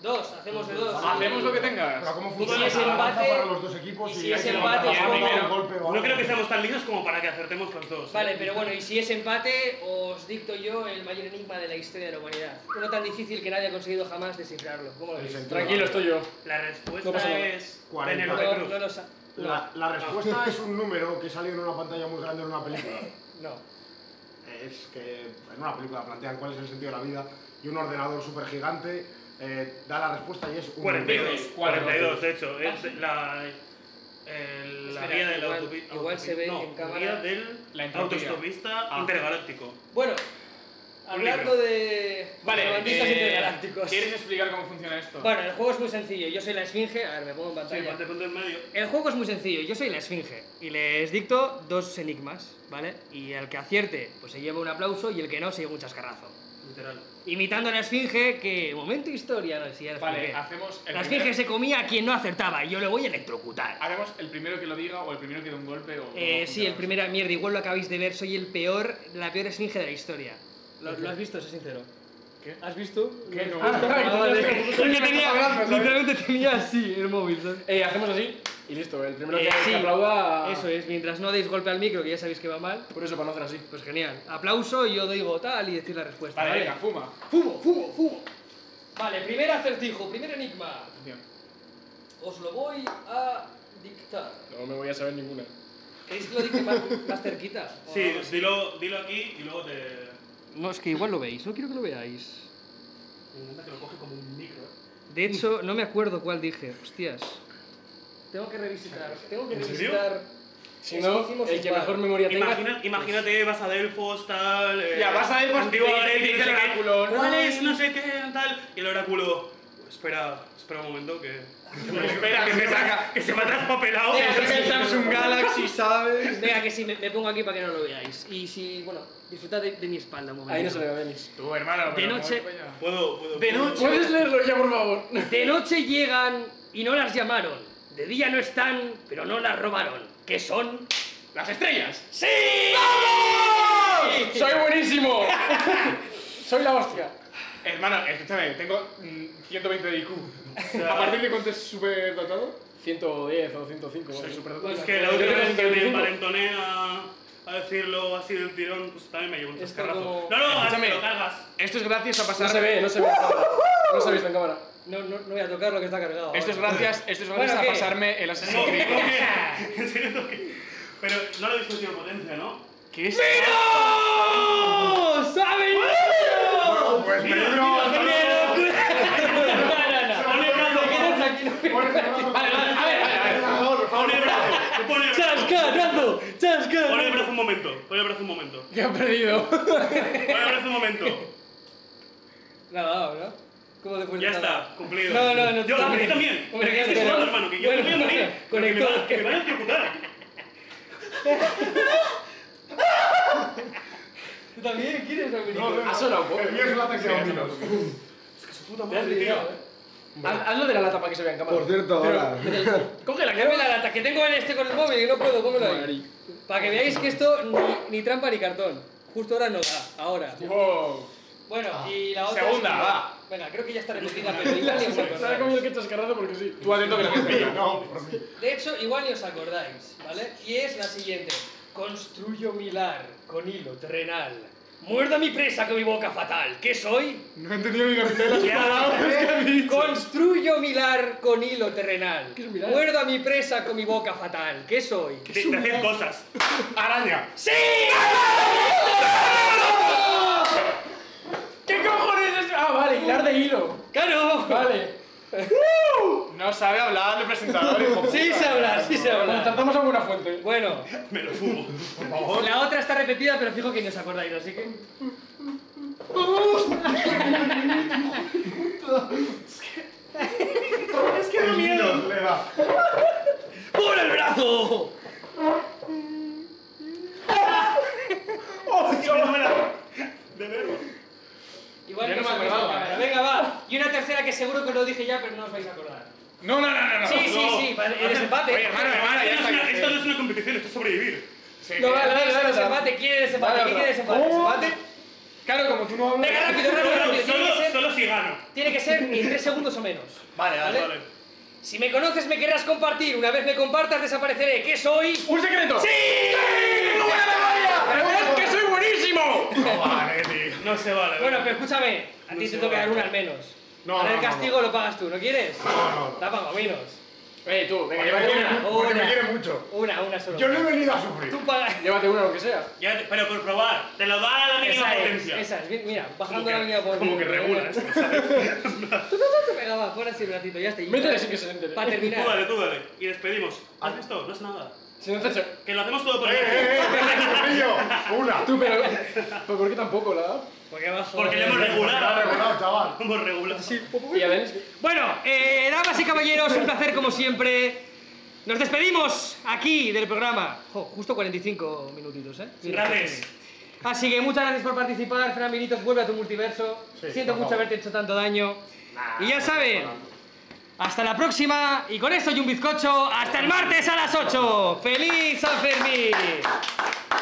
Dos, hacemos de dos.
Hacemos lo que
Pero
tengas.
¿cómo
si
funciona
es
la lanza
empate-
para los dos equipos?
y si es
hay que
empate,
lanzar
es
un
como-
golpe o
No
algo?
creo que seamos tan listos como para que acertemos los dos. ¿eh?
Vale, pero bueno, y si es empate, os dicto yo el mayor enigma de la historia de la humanidad. Uno tan difícil que nadie ha conseguido jamás descifrarlo. ¿Cómo lo
El
veis?
sentido.
Tranquilo, estoy yo.
La
No pasa
respuesta
nada.
es.
40.
No,
Penélope
no,
Cruz.
lo sa- no,
La, la respuesta es un número que salió en una pantalla muy grande en una película.
no.
Es que en una película plantean cuál es el sentido de la vida y un ordenador súper gigante da la respuesta y es un
42.
42,
42, de hecho. Es la. el- la
Ah, Espera,
guía del
igual-
autopi-
igual se ve
no,
en cámara
guía del
la entropía.
autoestopista
Ah.
intergaláctico.
Bueno, hablando de
Vale,
romantistas
eh,
intergalácticos.
¿Quieres explicar cómo funciona esto?
Bueno, el juego es muy sencillo. Yo soy la esfinge. A ver, me pongo en
Sí,
pantalla.
ponte, ponte en medio.
El juego es muy sencillo, yo soy la esfinge y les dicto dos enigmas, ¿vale? Y el que acierte, pues se lleva un aplauso y el que no, se lleva un chascarrazo.
Literal.
Imitando a la esfinge que... Momento historia, no sé si ya lo
Vale,
expliqué.
hacemos el Ah,
La esfinge
primero.
se comía a quien no acertaba y yo le voy a electrocutar.
Hacemos el primero que lo diga o el primero que dé un golpe o.
Eh,
o-
sí, el primero, mierda, igual lo acabáis de ver, soy el peor, la peor esfinge de la historia. ¿Lo, lo has visto? Sé sincero.
¿Qué?
¿Has *laughs* visto?
¿Qué? No.
Ah, vale. *laughs* Es que tenía,
¿sabes?
literalmente tenía así el móvil, ¿sabes?
Eh, hacemos así y listo. El primero
Eh,
que,
sí.
que aplauda.
Eso es, mientras no deis golpe al micro, que ya sabéis que va mal,
Por eso, para no hacer así.
Pues genial. Aplauso y yo digo tal y decir la respuesta.
Vale, venga, fuma.
Fumo, fumo, fumo. Vale, primer acertijo, primer enigma.
Atención.
Os lo voy a dictar.
No me voy a saber ninguna.
¿Queréis que lo dicte más, más cerquita? ¿O
Sí,
no?
dilo, dilo aquí y luego te.
No, es que igual lo veis, no quiero que lo veáis.
Me encanta que lo coge como un micro.
De hecho, no me acuerdo cuál dije, hostias. Tengo que revisitar, tengo que
¿En serio?
revisitar.
Si
Es que
no,
hicimos
el que
igual.
mejor memoria tenga.
Imagina, imagínate, vas a Delfos, tal. eh,
Ya, vas a Delfos,
Antigua
te- te
Grecia,
dice
no sé
el
qué,
oráculo, no
¿Cuál
hay-
es? No sé qué, tal. Y el oráculo. Espera, espera un momento que.
Espera,
que,
que
se me
saca.
ha- que se me ha traspapelado.
Mira,
Es el Samsung Galaxy, ¿sabes?
Venga, que sí, me, me pongo aquí para que no lo veáis. Y si, bueno, disfrutad de, de mi espalda un momento.
Ahí no se le ve a Denis.
Tú, hermano, pero
De noche.
¿cómo coño?
Puedo, puedo.
De
puedo-
noche.
¿Puedes leerlo ya, por *laughs* favor?
De noche llegan y no las llamaron. De día no están, pero no las robaron. ¿Qué son?
Las estrellas.
¡Sí!
¡Soy buenísimo! *laughs* Soy la hostia.
Hermano, escúchame, tengo mm, 120 de IQ. ¿A partir de cuánto es súper dotado?
110 o 105.
Soy súper dotado.
Pues que la
Yo
última
creo
vez que
que
me
tengo.
envalentoné a, a decirlo así del tirón, pues también me llevo un
Esto
chascarrazo.
como-
No, no, hazlo,
Escúchame.
lo cargas.
Esto es gracias a
No
pasar.
se ve, no se ve. en cámara. No se ha visto en cámara.
No, no, no voy a tocar lo que está cargado.
Esto es
*laughs*
gracias, esto es gracias
Bueno, ¿qué?
a pasarme el
No,
Assassin's
no,
Creed.
que-
*laughs*
en serio, no, que- Pero no lo habéis conseguido potencia, ¿no?
¿Qué es?
¡No! ¡Saben!
Bueno, pues me libro.
Pon el brazo,
Vale, vale, a ver, a ver, a ver.
pon el brazo, pon el brazo.
¡Chascarrazo!
Pon el
¡Chascarrazo!
brazo un momento, pon el brazo un momento.
Que ha perdido.
Pon el brazo un momento.
Nada, ¿no? ¿Cómo te fue
Ya
nada?
está, cumplido.
No, no, no,
Yo
no,
cumplí
no.
también.
Hombre,
Pero que
ya
estoy
está.
jugando, hermano, que yo
Bueno,
me voy a morir.
con el
Que me van-
todo.
Que me van a ejecutar.
¿Tú también quieres,
No, no,
Dominico?
no.
Ha sonado poco.
El mío es un ataque de dominos.
Te has liado, eh. Haz- Hazlo de la lata para que se vea en cámara.
Por cierto, ahora.
*laughs*
Cógela, que
Dame la lata, que tengo el este con el móvil y no puedo, póngelo ahí. Para que veáis que esto ni, ni trampa ni cartón. Justo ahora no da, ahora.
Wow.
Bueno, y la otra.
Segunda,
es que-
va.
Venga, creo que ya está repetida, pero igual ni os
Se ha comido
acordáis.
el que chascarrazo porque sí.
Tú atento que la gente pilla.
No, por mí.
De hecho, igual ni os acordáis, ¿vale? Y es la siguiente: Construyo mi lar con hilo terrenal. Muerdo a mi presa con mi boca fatal. ¿Qué soy?
No he entendido ni la mitad de las
Ya,
palabras que han dicho.
Construyo mi lar con hilo terrenal.
¿Qué es un lar?
Muerdo a mi presa con mi boca fatal. ¿Qué soy?
De de hacer cosas.
Araña.
¡Sí!
¿Qué cojones es? Ah, vale, hilar de hilo.
¡Claro!
Vale.
No sabe hablar el presentador, hijo puta.
Sí se habla, sí se habla.
Contratamos a buena fuente.
Bueno,
Me lo fumo.
la otra está repetida, pero fijo que ni os acordáis, así que.
Qué miedo le da.
¡Por el brazo!
Es que me da- De verbo.
Igual
Yo
no
no
os
me
habéis
acordaba,
acordado.
¿eh?
Venga, va. Y una tercera que seguro que os lo dije ya, pero no os vais a acordar.
No, no, no, no. no.
Sí, sí,
no.
sí, vale, el desempate.
Oye, hermano, hermano, ya
Esto no, es
está.
una, esto no es una competición, esto es sobrevivir.
Sí,
No, vale, vale, vale,
otra.
desempate. ¿Quién es desempate?
Vale,
¿Quién
otra.
quiere desempate? ¿Desempate?
Claro, como tú no hablas.
Venga, rápido, rápido, rápido. Tiene que
Solo,
ser,
solo si gano.
tiene que ser en tres segundos o menos.
Vale,
¿Vale? Si me conoces, me querrás compartir. Una vez me compartas, desapareceré. ¿Qué soy?
¡Un secreto! ¡Sí! ¡Tengo buena memoria! ¡Recuerda que soy buenísimo!
No vale, tío.
No se vale.
Bueno,
vale.
pero escúchame. A ti
No
te
sé,
toca dar
vale.
una al menos.
No,
Ahora
no,
el
no,
castigo lo pagas tú, ¿no quieres?
No, no, no.
La pago menos.
Oye, tú, venga,
Porque me
llévate
quiere,
una.
mu- porque me
Una.
quiere mucho.
Una, una solo.
Yo no he venido a *laughs* sufrir.
Tú pagas.
Llévate una, lo que sea.
Ya te- pero por probar, te lo da a la mínima
Esa es,
potencia.
esa es. Mi- Mira,
Como
bajando
que-
la línea por
Como
*laughs*
que regulas. ¿sabes?
Tú, tú, tú, tú, venga, va, fuera así un ratito, ya está.
Métele sin que se entere.
Para
Tú
terminar.
dale, tú dale. Y despedimos. ¿Has visto? No es nada.
Si no te echo.
Que lo hacemos todo por
¡Eh, eh, eh! ¡Currillo! ¡Una!
Tú, pero. ¿Pero por qué tampoco la da?
Porque abajo.
Porque le hemos
Está
regulado.
regulado, chaval.
Hemos regulado.
Y a Denis.
Bueno, eh, damas y caballeros, un placer como siempre. Nos despedimos aquí del programa. Jo, justo 45 minutitos, ¿eh?
Gracias.
Así que muchas gracias por participar, Fran Benítez, vuelve a tu multiverso.
Sí,
Siento
por
mucho
favor.
haberte hecho tanto daño.
Nah,
y ya
no
saben,
estoy hablando.
hasta la próxima. Y con esto y un bizcocho, hasta el martes a las 8. ¡Feliz San
*laughs*
Fermín!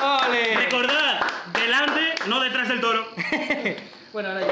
¡Ole!
Recordad, delante, no detrás del toro.
Bueno, ahora ya.